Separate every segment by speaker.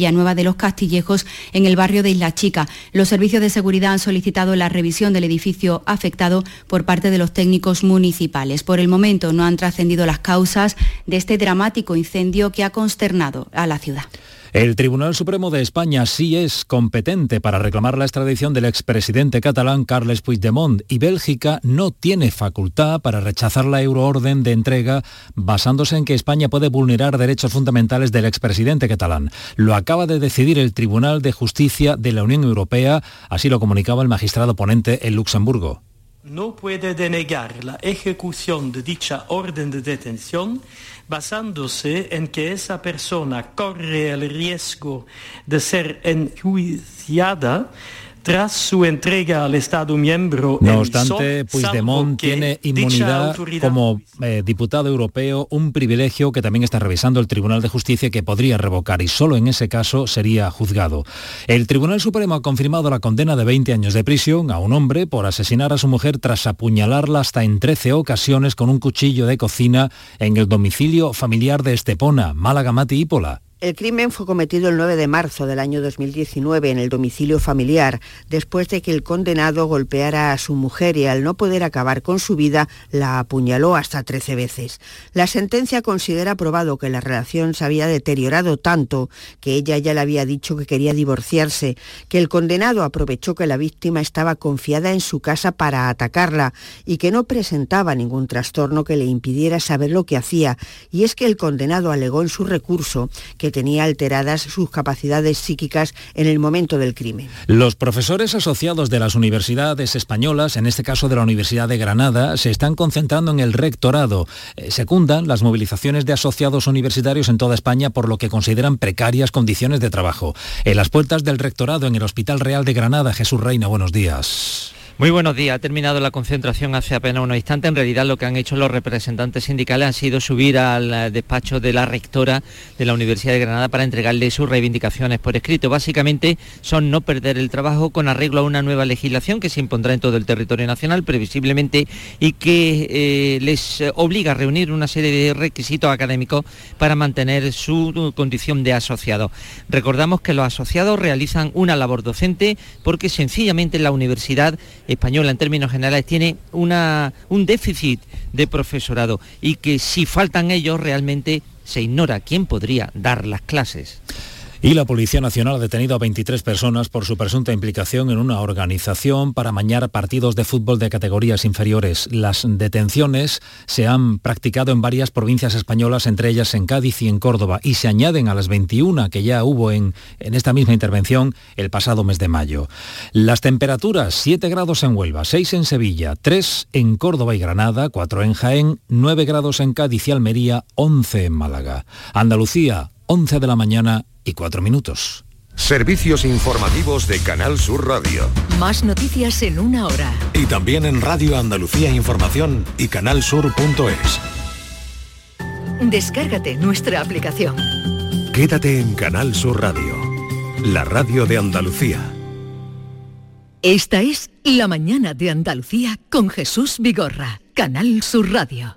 Speaker 1: Villanueva de los Castillejos, en el barrio de Isla Chica. Los servicios de seguridad han solicitado la revisión del edificio afectado por parte de los técnicos municipales. Por el momento no han trascendido las causas de este dramático incendio que ha consternado a la ciudad.
Speaker 2: El Tribunal Supremo de España sí es competente para reclamar la extradición del expresidente catalán Carles Puigdemont y Bélgica no tiene facultad para rechazar la euroorden de entrega basándose en que España puede vulnerar derechos fundamentales del expresidente catalán. Lo acaba de decidir el Tribunal de Justicia de la Unión Europea, así lo comunicaba el magistrado ponente en Luxemburgo.
Speaker 3: No puede denegar la ejecución de dicha orden de detención basándose en que esa persona corre el riesgo de ser enjuiciada tras su entrega al Estado miembro.
Speaker 2: No obstante, Puigdemont tiene inmunidad como eh, diputado europeo, un privilegio que también está revisando el Tribunal de Justicia que podría revocar y solo en ese caso sería juzgado. El Tribunal Supremo ha confirmado la condena de 20 años de prisión a un hombre por asesinar a su mujer tras apuñalarla hasta en 13 ocasiones con un cuchillo de cocina en el domicilio familiar de Estepona, Málaga Mati Ípola.
Speaker 4: El crimen fue cometido el 9 de marzo del año 2019 en el domicilio familiar, después de que el condenado golpeara a su mujer y al no poder acabar con su vida, la apuñaló hasta 13 veces. La sentencia considera probado que la relación se había deteriorado tanto que ella ya le había dicho que quería divorciarse, que el condenado aprovechó que la víctima estaba confiada en su casa para atacarla y que no presentaba ningún trastorno que le impidiera saber lo que hacía. Y es que el condenado alegó en su recurso que tenía alteradas sus capacidades psíquicas en el momento del crimen.
Speaker 2: Los profesores asociados de las universidades españolas, en este caso de la Universidad de Granada, se están concentrando en el rectorado. Eh, secundan las movilizaciones de asociados universitarios en toda España por lo que consideran precarias condiciones de trabajo. En las puertas del rectorado en el Hospital Real de Granada, Jesús Reina, buenos días.
Speaker 5: Muy buenos días. Ha terminado la concentración hace apenas unos instantes. En realidad lo que han hecho los representantes sindicales ha sido subir al eh, despacho de la rectora de la Universidad de Granada para entregarle sus reivindicaciones por escrito. Básicamente son no perder el trabajo con arreglo a una nueva legislación que se impondrá en todo el territorio nacional previsiblemente y que eh, les obliga a reunir una serie de requisitos académicos para mantener su condición de asociado. Recordamos que los asociados realizan una labor docente porque sencillamente la universidad española en términos generales tiene una, un déficit de profesorado y que si faltan ellos realmente se ignora quién podría dar las clases.
Speaker 2: Y la Policía Nacional ha detenido a 23 personas por su presunta implicación en una organización para mañar partidos de fútbol de categorías inferiores. Las detenciones se han practicado en varias provincias españolas, entre ellas en Cádiz y en Córdoba, y se añaden a las 21 que ya hubo en, en esta misma intervención el pasado mes de mayo. Las temperaturas, 7 grados en Huelva, 6 en Sevilla, 3 en Córdoba y Granada, 4 en Jaén, 9 grados en Cádiz y Almería, 11 en Málaga. Andalucía, 11 de la mañana y 4 minutos.
Speaker 6: Servicios informativos de Canal Sur Radio.
Speaker 7: Más noticias en una hora.
Speaker 6: Y también en Radio Andalucía Información y canalsur.es.
Speaker 7: Descárgate nuestra aplicación.
Speaker 6: Quédate en Canal Sur Radio, la radio de Andalucía.
Speaker 7: Esta es La mañana de Andalucía con Jesús Vigorra, Canal Sur Radio.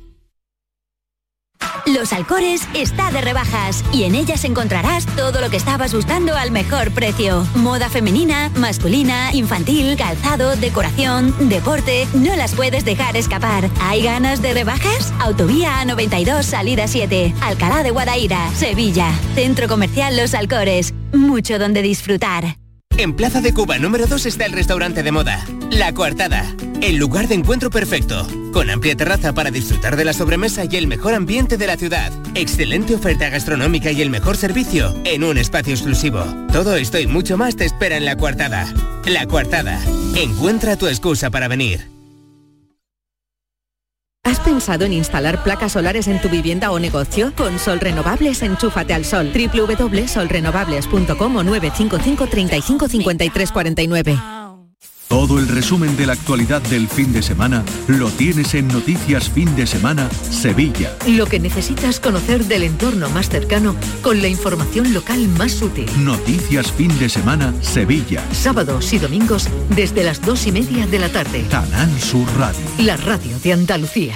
Speaker 8: Los Alcores está de rebajas y en ellas encontrarás todo lo que estabas buscando al mejor precio. Moda femenina, masculina, infantil, calzado, decoración, deporte, no las puedes dejar escapar. ¿Hay ganas de rebajas? Autovía A92 Salida 7, Alcalá de Guadaira, Sevilla, Centro Comercial Los Alcores. Mucho donde disfrutar.
Speaker 9: En Plaza de Cuba número 2 está el restaurante de moda, La Coartada, el lugar de encuentro perfecto, con amplia terraza para disfrutar de la sobremesa y el mejor ambiente de la ciudad, excelente oferta gastronómica y el mejor servicio en un espacio exclusivo. Todo esto y mucho más te espera en La Coartada. La Coartada, encuentra tu excusa para venir.
Speaker 10: ¿Has pensado en instalar placas solares en tu vivienda o negocio? Con Sol Renovables, enchúfate al sol. www.solrenovables.com o 955 35 53 49.
Speaker 11: Todo el resumen de la actualidad del fin de semana lo tienes en Noticias Fin de Semana Sevilla.
Speaker 7: Lo que necesitas conocer del entorno más cercano con la información local más útil.
Speaker 11: Noticias Fin de Semana Sevilla.
Speaker 7: Sábados y domingos desde las dos y media de la tarde.
Speaker 11: Canal Sur Radio.
Speaker 7: La radio de Andalucía.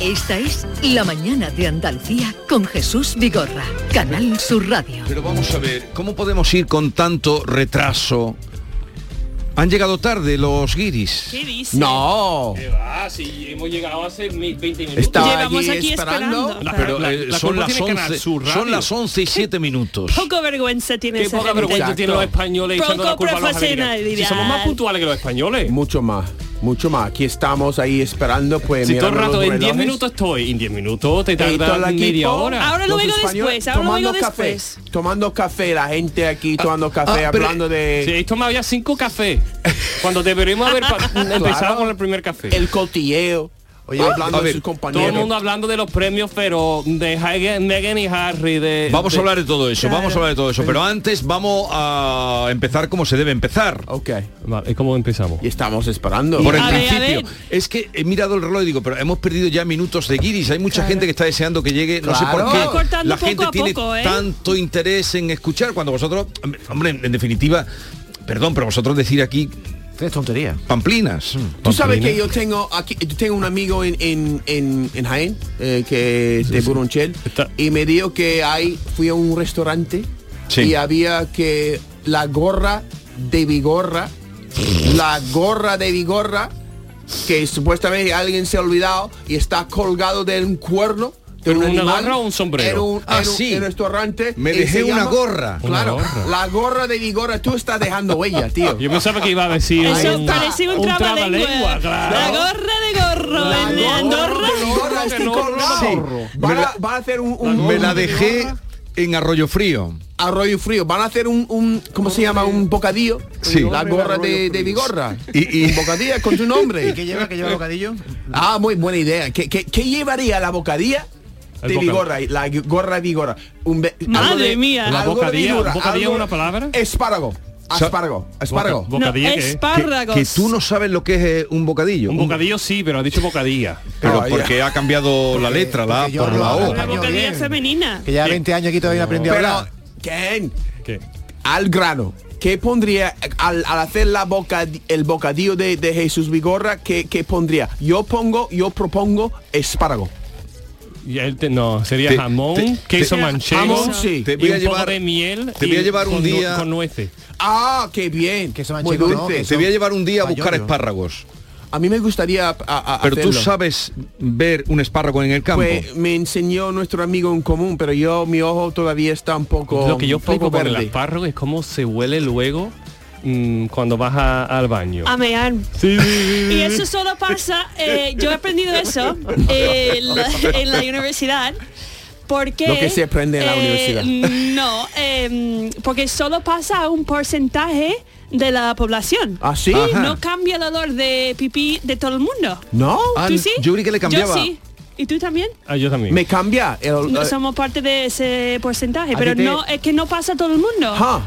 Speaker 7: Esta es La Mañana de Andalucía con Jesús Vigorra, Canal Sur Radio.
Speaker 12: Pero vamos a ver, ¿cómo podemos ir con tanto retraso? Han llegado tarde los guiris.
Speaker 13: ¿Qué dices?
Speaker 12: No.
Speaker 14: ¿Qué va? Si hemos llegado hace mi- 20 minutos.
Speaker 12: Estaba
Speaker 13: Llevamos
Speaker 12: allí
Speaker 13: aquí
Speaker 12: esperando,
Speaker 13: esperando.
Speaker 12: pero
Speaker 14: La-
Speaker 12: eh,
Speaker 14: la
Speaker 12: son,
Speaker 14: culpa
Speaker 12: las
Speaker 14: tiene Canal
Speaker 12: 11,
Speaker 14: Sur Radio.
Speaker 12: son las 11 y 7 minutos.
Speaker 13: Poco vergüenza tiene
Speaker 14: Qué
Speaker 13: esa
Speaker 14: poca
Speaker 13: gente.
Speaker 14: vergüenza tienen los españoles echando la
Speaker 13: Poco
Speaker 14: culpa a los
Speaker 13: profesionalidad.
Speaker 14: americanos. Si somos más puntuales que los españoles.
Speaker 15: Mucho más, mucho más. Aquí estamos ahí esperando, pues
Speaker 14: Si todo el
Speaker 15: mirando los
Speaker 14: rato, en 10
Speaker 15: relojes.
Speaker 14: minutos estoy, en 10 minutos te
Speaker 15: Y todo el
Speaker 14: tarda
Speaker 15: equipo,
Speaker 14: media hora.
Speaker 13: Ahora lo
Speaker 15: los
Speaker 13: veo
Speaker 15: españoles
Speaker 13: después, ahora lo
Speaker 15: tomando
Speaker 13: veo
Speaker 15: café,
Speaker 13: después.
Speaker 15: Tomando café, la gente aquí tomando café,
Speaker 14: Ah, pero-
Speaker 15: hablando de...
Speaker 14: Sí, esto me había cinco cafés. Cuando deberíamos haber pa- empezado
Speaker 15: Claro.
Speaker 14: con el primer café.
Speaker 15: El cotilleo. Oye,
Speaker 14: Ah,
Speaker 15: hablando
Speaker 14: a
Speaker 15: de
Speaker 14: ver,
Speaker 15: sus
Speaker 14: Todo el
Speaker 15: compañeros.
Speaker 14: mundo hablando de los premios, pero de Hagen- Meghan y Harry,
Speaker 15: Eh,
Speaker 14: de...
Speaker 12: Vamos
Speaker 15: pues,
Speaker 12: a hablar de todo eso, vamos a hablar de todo eso, pero antes vamos a empezar como se debe empezar.
Speaker 15: Ok.
Speaker 14: ¿Cómo empezamos?
Speaker 15: Y estamos esperando.
Speaker 12: Por el
Speaker 15: A ver, a
Speaker 12: principio.
Speaker 15: ver.
Speaker 12: Es que he mirado el reloj y digo, pero hemos perdido ya minutos de guiris. Hay mucha gente que está deseando que llegue, no sé
Speaker 15: Claro.
Speaker 12: por qué.
Speaker 15: Va cortando
Speaker 12: La
Speaker 15: poco
Speaker 12: gente
Speaker 15: a
Speaker 12: tiene
Speaker 15: poco, ¿eh?
Speaker 12: tanto interés en escuchar cuando vosotros, hombre, en, en definitiva, perdón, pero vosotros decir aquí...
Speaker 15: Es tontería.
Speaker 12: Pamplinas.
Speaker 15: Tú sabes que yo tengo aquí, yo tengo un amigo en, en, en, en Jaén, eh, que es de Burunchel, y me dijo que ahí fui a un restaurante
Speaker 12: Sí.
Speaker 15: y había que la gorra de Vigorra, la gorra de Vigorra, que supuestamente alguien se ha olvidado y está colgado de un cuerno. De
Speaker 14: ¿Pero
Speaker 15: un
Speaker 14: una
Speaker 15: animal,
Speaker 14: gorra o un sombrero?
Speaker 15: en un,
Speaker 14: Ah,
Speaker 15: en un-
Speaker 14: sí.
Speaker 15: en un restaurante.
Speaker 14: Me
Speaker 15: y
Speaker 14: dejé
Speaker 15: se
Speaker 14: una
Speaker 15: llama-
Speaker 14: gorra. Una
Speaker 15: Claro,
Speaker 14: gorra.
Speaker 15: la gorra de Vigorra, tú estás dejando huella, tío.
Speaker 14: Yo pensaba que iba a decir
Speaker 15: Eso
Speaker 14: un,
Speaker 15: parecía un
Speaker 14: un
Speaker 15: trabalengua.
Speaker 14: trabalengua,
Speaker 13: La
Speaker 14: claro.
Speaker 13: gorra de gorro en Andorra.
Speaker 15: Ahora estoy colgado. Este Van a- van a hacer un, un-
Speaker 12: Me la dejé en Arroyo Frío.
Speaker 15: Arroyo Frío. Van a hacer un, un- ¿cómo se llama? Un bocadillo.
Speaker 12: Sí.
Speaker 15: La gorra de, de Vigorra.
Speaker 12: Y,
Speaker 15: Un bocadillo con tu nombre.
Speaker 16: ¿Y qué lleva, qué lleva bocadillo?
Speaker 15: Ah, muy buena idea. ¿Qué, qué- qué llevaría la bocadilla?
Speaker 14: El
Speaker 15: De
Speaker 14: bocadillo.
Speaker 15: Vigorra, la gorra de Vigorra. Un be- algo
Speaker 13: Madre
Speaker 15: de-
Speaker 13: mía.
Speaker 14: La
Speaker 15: algo de
Speaker 14: bocadilla,
Speaker 15: Vigorra,
Speaker 14: bocadilla es
Speaker 15: algo-
Speaker 14: una palabra.
Speaker 15: Espárrago. Espárrago. Espárrago.
Speaker 14: Boca- bocadilla, ¿qué es?
Speaker 13: espárragos.
Speaker 12: Que, que tú no sabes lo que es eh, un bocadillo.
Speaker 14: Un bocadillo sí, pero ha dicho bocadilla.
Speaker 12: Pero porque ha cambiado la letra, la A por la O.
Speaker 13: La bocadilla femenina.
Speaker 16: Que ya 20 años aquí todavía no aprendí a
Speaker 15: Pero,
Speaker 16: hablar.
Speaker 15: Ken, al grano. ¿Qué pondría al, al hacer la boca, el bocadillo de, de Jesús Vigorra? ¿qué, qué pondría? Yo pongo, yo propongo espárrago.
Speaker 14: Y él te- no, sería
Speaker 12: Te-
Speaker 14: jamón,
Speaker 12: te-
Speaker 14: queso
Speaker 12: te-
Speaker 14: manchego,
Speaker 12: jamón, sí. Te voy
Speaker 14: y
Speaker 12: a
Speaker 14: un poco
Speaker 12: llevar-
Speaker 14: de miel.
Speaker 12: te voy a
Speaker 14: y
Speaker 12: llevar un
Speaker 14: con nu-
Speaker 12: día-
Speaker 14: con nueces.
Speaker 15: Ah, qué bien. Muy
Speaker 12: Te-
Speaker 15: dulce.
Speaker 12: te voy a llevar un día a buscar espárragos.
Speaker 15: A mí me gustaría a- a-
Speaker 12: Pero tú
Speaker 15: hacerlo.
Speaker 12: sabes ver un espárrago en el campo.
Speaker 15: Pues me enseñó nuestro amigo en común, pero yo mi ojo todavía está un poco
Speaker 14: Lo que yo
Speaker 15: un poco
Speaker 14: flipo con el
Speaker 15: verde.
Speaker 14: espárrago es cómo se huele luego mm, cuando vas a- al baño.
Speaker 13: A mear.
Speaker 14: Sí, sí, sí, sí.
Speaker 13: Y eso solo pasa, eh, yo he aprendido eso eh, en la, en la universidad. Porque,
Speaker 15: Lo que se aprende en la
Speaker 13: eh,
Speaker 15: universidad.
Speaker 13: No, eh, porque solo pasa a un porcentaje de la población.
Speaker 15: ¿Ah, sí? Ajá.
Speaker 13: No cambia el olor de pipí de todo el mundo.
Speaker 15: ¿No?
Speaker 13: ¿Tú sí?
Speaker 12: Yo creí que le cambiaba.
Speaker 13: Yo sí. ¿Y tú también?
Speaker 14: Ah, yo también.
Speaker 15: Me cambia. el-
Speaker 13: No
Speaker 15: eh,
Speaker 13: somos parte de ese porcentaje,
Speaker 16: ¿A
Speaker 13: pero
Speaker 16: ti te-
Speaker 13: no es que no pasa a todo el mundo.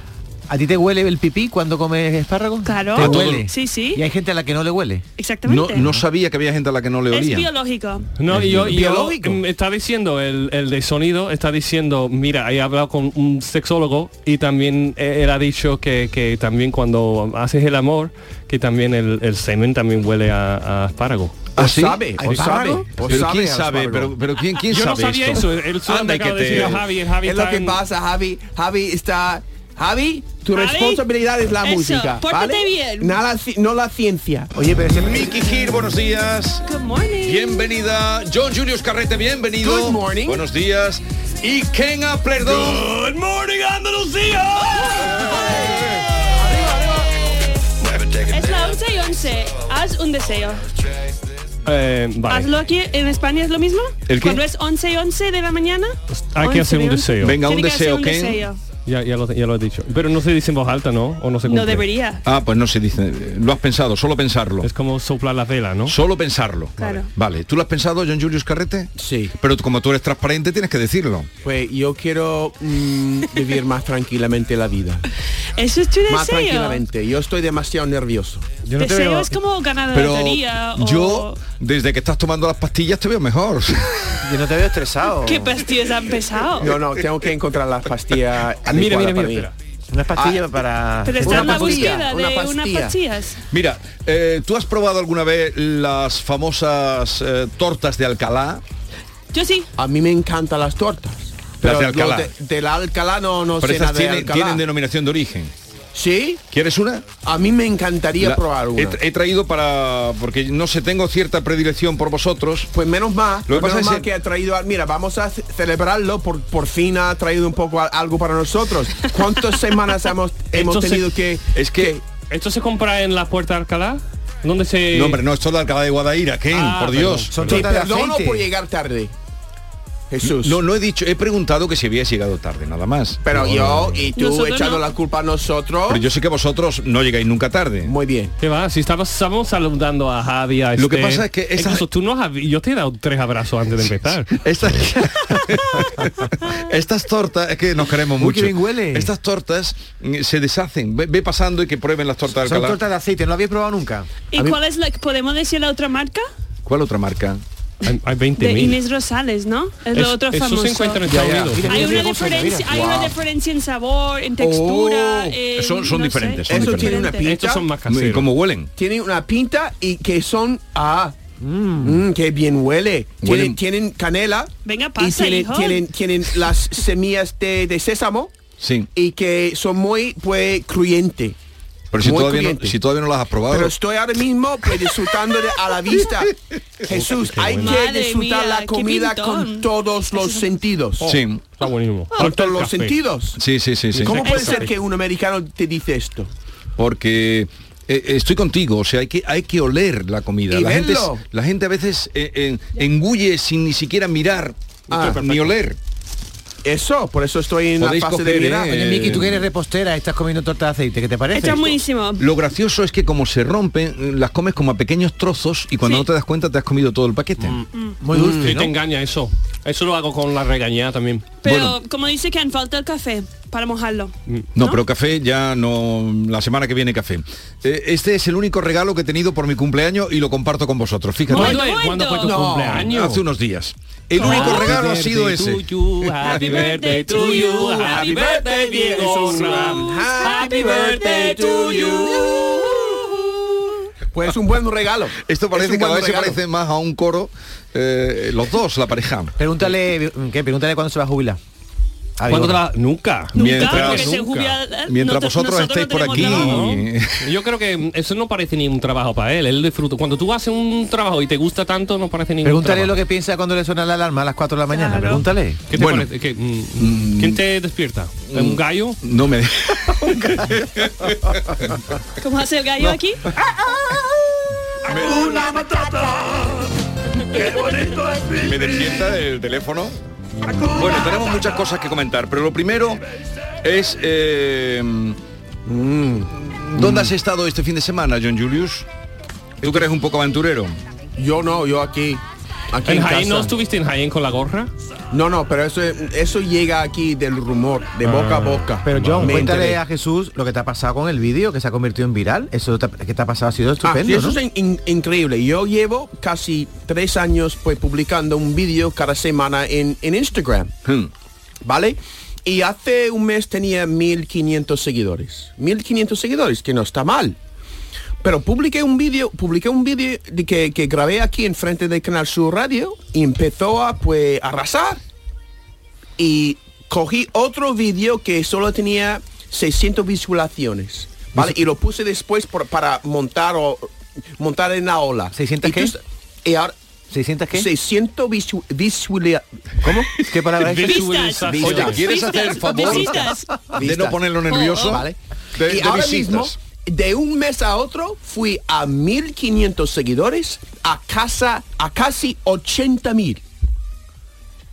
Speaker 16: ¿A ti te huele el pipí cuando comes espárragos?
Speaker 13: Claro.
Speaker 16: ¿Te
Speaker 13: A todo-
Speaker 16: huele?
Speaker 13: Sí, sí.
Speaker 16: Y hay gente a la que no le huele.
Speaker 13: Exactamente.
Speaker 12: sabía que había gente a la que no
Speaker 13: es biológico.
Speaker 14: No,
Speaker 16: Es
Speaker 14: y yo, y yo-
Speaker 16: biológico.
Speaker 14: mm, está diciendo el, el de sonido, está diciendo, mira, he hablado con un sexólogo y también eh, él ha dicho que, que también cuando haces el amor, que también el, el semen también huele a, a espárrago.
Speaker 12: ¿Ah, sí?
Speaker 14: sabe?
Speaker 12: ¿O sabe? ¿O Pero sabe quién a sabe? espárrago? Pero- pero ¿quién- quién
Speaker 14: Yo no
Speaker 12: sabe
Speaker 14: sabía
Speaker 12: esto?
Speaker 14: eso. Él solo
Speaker 12: Anda,
Speaker 14: me acaba
Speaker 12: que
Speaker 14: de
Speaker 12: te-
Speaker 14: decir a Javi. el Javi
Speaker 15: es lo
Speaker 14: está
Speaker 15: que
Speaker 14: en-
Speaker 15: pasa, Javi. Javi está. Javi, tu
Speaker 14: Javi,
Speaker 15: responsabilidad es la
Speaker 14: eso,
Speaker 15: música.
Speaker 14: pórtate
Speaker 15: ¿vale?
Speaker 14: bien.
Speaker 15: Nada, ci- no la ciencia.
Speaker 16: Oye, pero
Speaker 15: pues,
Speaker 12: Mickey Gil, buenos días. Bienvenida. John Julius Carrete, bienvenido.
Speaker 15: Good morning.
Speaker 12: Buenos días. Y Ken Perdón. Good morning,
Speaker 13: Es la 11 y 11. Haz un deseo.
Speaker 14: Eh, vale.
Speaker 13: Hazlo aquí en España es lo mismo.
Speaker 14: ¿El qué?
Speaker 13: Cuando es 11 y 11 de la mañana.
Speaker 14: Hay que hacer un deseo.
Speaker 12: Venga, un
Speaker 13: Tiene que hacer
Speaker 12: deseo,
Speaker 13: un
Speaker 12: Ken.
Speaker 13: deseo.
Speaker 14: Ya, ya, lo, ya lo he dicho. Pero no se dice en voz alta, ¿no? O no se
Speaker 13: No
Speaker 14: cumple.
Speaker 13: debería.
Speaker 12: Ah, pues no se dice. Lo has pensado, solo pensarlo. Es
Speaker 14: como soplar la vela, ¿no?
Speaker 12: Solo pensarlo.
Speaker 13: Claro.
Speaker 12: Vale, ¿tú lo has pensado, John Julius Carrete? Sí. Pero tú- como tú eres transparente, tienes que decirlo.
Speaker 15: Pues yo quiero mm, vivir más tranquilamente la vida.
Speaker 13: Eso es tu
Speaker 15: Más
Speaker 13: deseo.
Speaker 15: tranquilamente. Yo estoy demasiado nervioso.
Speaker 13: deseo es como ganar la
Speaker 12: Pero
Speaker 13: lotería o...
Speaker 12: yo, desde que estás tomando las pastillas, te veo mejor.
Speaker 16: Yo no te veo estresado.
Speaker 13: ¿Qué pastillas han pesado?
Speaker 15: No, no, tengo que encontrar las pastillas.
Speaker 12: Oh. Ah, Mira, mira,
Speaker 15: adecuadas
Speaker 12: mira,
Speaker 15: para mí.
Speaker 12: espera.
Speaker 16: Unas pastillas para...
Speaker 13: Pero está en la
Speaker 15: pastilla,
Speaker 13: búsqueda
Speaker 15: una
Speaker 13: de unas
Speaker 15: pastilla.
Speaker 13: pastillas.
Speaker 12: Mira, eh, ¿tú has probado alguna vez las famosas eh, tortas de Alcalá?
Speaker 13: Yo sí.
Speaker 15: A mí me encantan las tortas. Pero
Speaker 12: de Alcalá.
Speaker 15: lo De, de la Alcalá no, no
Speaker 12: Pero
Speaker 15: sé nada
Speaker 12: esas
Speaker 15: de
Speaker 12: tienen,
Speaker 15: Alcalá.
Speaker 12: tienen denominación de origen.
Speaker 15: ¿Sí?
Speaker 12: ¿Quieres una?
Speaker 15: A mí me encantaría
Speaker 12: La-
Speaker 15: probar una.
Speaker 12: He, tra- he traído para... Ah, porque no sé, tengo cierta predilección por vosotros.
Speaker 15: Pues menos más.
Speaker 12: Lo que pasa
Speaker 15: menos
Speaker 12: es
Speaker 15: mal
Speaker 12: que-
Speaker 15: que ha traído... a- Mira, vamos a ce- celebrarlo. Por, por fin ha traído un poco a- algo para nosotros. ¿Cuántas semanas hemos, hemos
Speaker 14: Esto se-
Speaker 15: tenido que...
Speaker 12: Es que...
Speaker 14: ¿Esto se compra en la puerta de Alcalá? ¿Dónde se...?
Speaker 12: No, hombre, no, esto es la Alcalá de Guadaira, Ken,
Speaker 14: Ah,
Speaker 12: por
Speaker 14: perdón,
Speaker 12: Dios.
Speaker 15: Te perdono por llegar tarde. Jesús.
Speaker 12: No, no he dicho, he preguntado que si habías llegado tarde, nada más.
Speaker 15: Pero
Speaker 12: No, no,
Speaker 15: yo
Speaker 12: no.
Speaker 15: y tú
Speaker 14: Nosotros
Speaker 15: echando
Speaker 14: no.
Speaker 15: la culpa a nosotros...
Speaker 12: Pero yo sé que vosotros no llegáis nunca tarde.
Speaker 15: Muy bien.
Speaker 14: ¿Qué va? Si estamos, estamos saludando a Javi, a
Speaker 12: Lo que
Speaker 14: Esther. Eh,
Speaker 12: pasa es que esa-
Speaker 14: Incluso tú no has- Yo te he dado tres abrazos antes de empezar.
Speaker 12: Esta- estas tortas, es que nos queremos
Speaker 16: Uy,
Speaker 12: mucho.
Speaker 16: qué bien huele.
Speaker 12: Estas tortas mm, se deshacen. Ve, ve pasando y que prueben las tortas de
Speaker 16: Son
Speaker 12: Alcalá.
Speaker 16: tortas de aceite, ¿no lo habéis probado nunca?
Speaker 13: ¿Y cuál es la podemos decir la otra marca?
Speaker 12: ¿Cuál otra marca?
Speaker 14: Hay,
Speaker 13: De Inés Rosales, ¿no? Es lo
Speaker 14: Es-
Speaker 13: otro
Speaker 14: eso se
Speaker 13: famoso.
Speaker 14: encuentra en Estados Ya, ya. Unidos. Mira,
Speaker 13: Hay
Speaker 14: mira,
Speaker 13: una
Speaker 14: mira, mira,
Speaker 13: diferencia,
Speaker 14: mira.
Speaker 13: hay una
Speaker 14: Wow.
Speaker 13: diferencia en sabor, en textura. en-
Speaker 12: son
Speaker 13: no
Speaker 12: son
Speaker 13: sé.
Speaker 12: diferentes. son
Speaker 15: Oh, Eso
Speaker 12: diferentes.
Speaker 15: tiene una pinta. Estos son más caseros.
Speaker 12: ¿Y ¿Cómo huelen?
Speaker 15: tienen una pinta y que son ah mm, que bien huele tienen,
Speaker 12: Huelen-
Speaker 15: tienen canela
Speaker 13: Venga,
Speaker 15: y
Speaker 13: pasa,
Speaker 15: tienen,
Speaker 13: hijo.
Speaker 15: tienen tienen las semillas de, de sésamo
Speaker 12: Sí.
Speaker 15: y que son muy pues cruyente
Speaker 12: Pero si
Speaker 15: Muy
Speaker 12: todavía, no,
Speaker 15: crujiente.
Speaker 12: si todavía no las has probado.
Speaker 15: pero estoy ahora mismo pues disfrutando de- a la vista Jesús hay
Speaker 13: bueno.
Speaker 15: que
Speaker 13: Madre
Speaker 15: disfrutar
Speaker 13: mía,
Speaker 15: la
Speaker 13: qué
Speaker 15: comida
Speaker 13: pintón.
Speaker 15: con todos los sentidos
Speaker 12: Sí.
Speaker 14: Está buenísimo.
Speaker 15: con todos los
Speaker 14: Café.
Speaker 15: sentidos
Speaker 12: Sí, sí, sí, sí.
Speaker 15: ¿Cómo puede ser que un americano te dice esto?
Speaker 12: Porque eh, estoy contigo, o sea, hay que, hay que oler la comida.
Speaker 15: Y
Speaker 12: la, gente,
Speaker 15: verlo.
Speaker 12: es- la gente a veces eh, eh, engulle sin ni siquiera mirar
Speaker 15: Ah,
Speaker 12: ah, ni oler.
Speaker 15: Eso, por eso estoy en la
Speaker 12: Podéis
Speaker 15: fase de
Speaker 12: coger,
Speaker 15: verano.
Speaker 12: eh,
Speaker 16: Oye, Miki, tú que eres repostera, estás comiendo torta de aceite, ¿qué te parece?
Speaker 13: Está buenísimo.
Speaker 12: Lo gracioso es que como se rompen, eh, las comes como a pequeños trozos y cuando
Speaker 13: Sí.
Speaker 12: no te das cuenta te has comido todo el paquete.
Speaker 16: Mm,
Speaker 15: Mm.
Speaker 16: Muy
Speaker 14: dulce, te engaña eso. Eso lo hago con la regañada también.
Speaker 13: Pero como dice que falta el café para mojarlo.
Speaker 12: No, pero café ya no. La semana que viene café. Eh, Este es el único regalo que he tenido por mi cumpleaños y lo comparto con vosotros. Fíjate.
Speaker 14: ¿Cuándo, es- cuándo fue tu
Speaker 12: No,
Speaker 14: cumpleaños?
Speaker 12: Hace unos días. El único regalo ha sido ese.
Speaker 14: Happy birthday to you, happy birthday Diego Ram, happy birthday to you.
Speaker 15: Pues es un buen regalo.
Speaker 12: Esto
Speaker 15: Es
Speaker 12: parece
Speaker 15: un
Speaker 12: cada
Speaker 15: buen
Speaker 12: vez se
Speaker 15: regalo.
Speaker 12: parece más a un coro. eh, los dos, la pareja.
Speaker 16: Pregúntale, ¿qué? Pregúntale cuándo se va a jubilar. A ver,
Speaker 14: ¿Cuándo
Speaker 16: bueno.
Speaker 14: traba- Nunca.
Speaker 12: Mientras,
Speaker 13: porque se jubila-
Speaker 12: mientras
Speaker 13: nosotros-
Speaker 12: vosotros
Speaker 13: nosotros
Speaker 12: estéis
Speaker 13: no
Speaker 12: por aquí.
Speaker 14: Yo creo que eso no parece ni un trabajo para él, él disfruta. Cuando tú haces un trabajo y te gusta tanto, no parece ningún
Speaker 16: Pregúntale lo
Speaker 14: trabajo.
Speaker 16: que piensa cuando le suena la alarma a las 4 de la mañana.
Speaker 14: Claro.
Speaker 16: Pregúntale.
Speaker 14: ¿Qué te parece? ¿Qué, mm, ¿Quién te despierta? ¿Un gallo?
Speaker 12: mm, No me.
Speaker 13: ¿Cómo hace el gallo aquí?
Speaker 15: Una
Speaker 12: Me despierta el teléfono. Bueno, tenemos muchas cosas que comentar, pero lo primero es... eh, mm, ¿Dónde has estado este fin de semana, John Julius? Tú que eres un poco aventurero.
Speaker 15: Yo no, yo aquí. Aquí
Speaker 14: ¿En
Speaker 15: en
Speaker 14: Jaén no
Speaker 15: casa.
Speaker 14: estuviste en Jaén con la gorra?
Speaker 15: No, no, pero eso, eso llega aquí del rumor, de
Speaker 14: Ah.
Speaker 15: boca a boca.
Speaker 16: Pero John,
Speaker 15: Me
Speaker 16: cuéntale
Speaker 15: enteré.
Speaker 16: a Jesús lo que te ha pasado con el vídeo que se ha convertido en viral. Eso te- que te ha pasado ha sido
Speaker 15: Ah,
Speaker 16: estupendo.
Speaker 15: sí, eso
Speaker 16: ¿no?
Speaker 15: es in- in- increíble. Yo llevo casi tres años pues publicando un vídeo cada semana en, en Instagram.
Speaker 16: Hmm.
Speaker 15: ¿Vale? Y hace un mes tenía 1500 seguidores. 1500 seguidores, que no está mal. Pero publiqué un vídeo, publiqué un vídeo de que, que grabé aquí enfrente del Canal Sur Radio y empezó a pues arrasar. Y cogí otro vídeo que solo tenía 600 visualizaciones. ¿Vale? Y lo puse después por- para montar o montar en la ola. ¿600
Speaker 16: qué?
Speaker 15: Y ahora,
Speaker 16: ¿600 qué?
Speaker 15: 600 visu, visualia- ¿Cómo?
Speaker 16: ¿Qué palabra es?
Speaker 12: Visualizaciones. Oye, ¿quieres hacer el favor Visitas. de no ponerlo nervioso?
Speaker 15: Vale.
Speaker 12: De-
Speaker 15: Oh. y
Speaker 12: de
Speaker 15: ahora
Speaker 12: visitas.
Speaker 15: mismo, de un mes a otro, fui a 1.500 seguidores, a casa, a casi 80.000.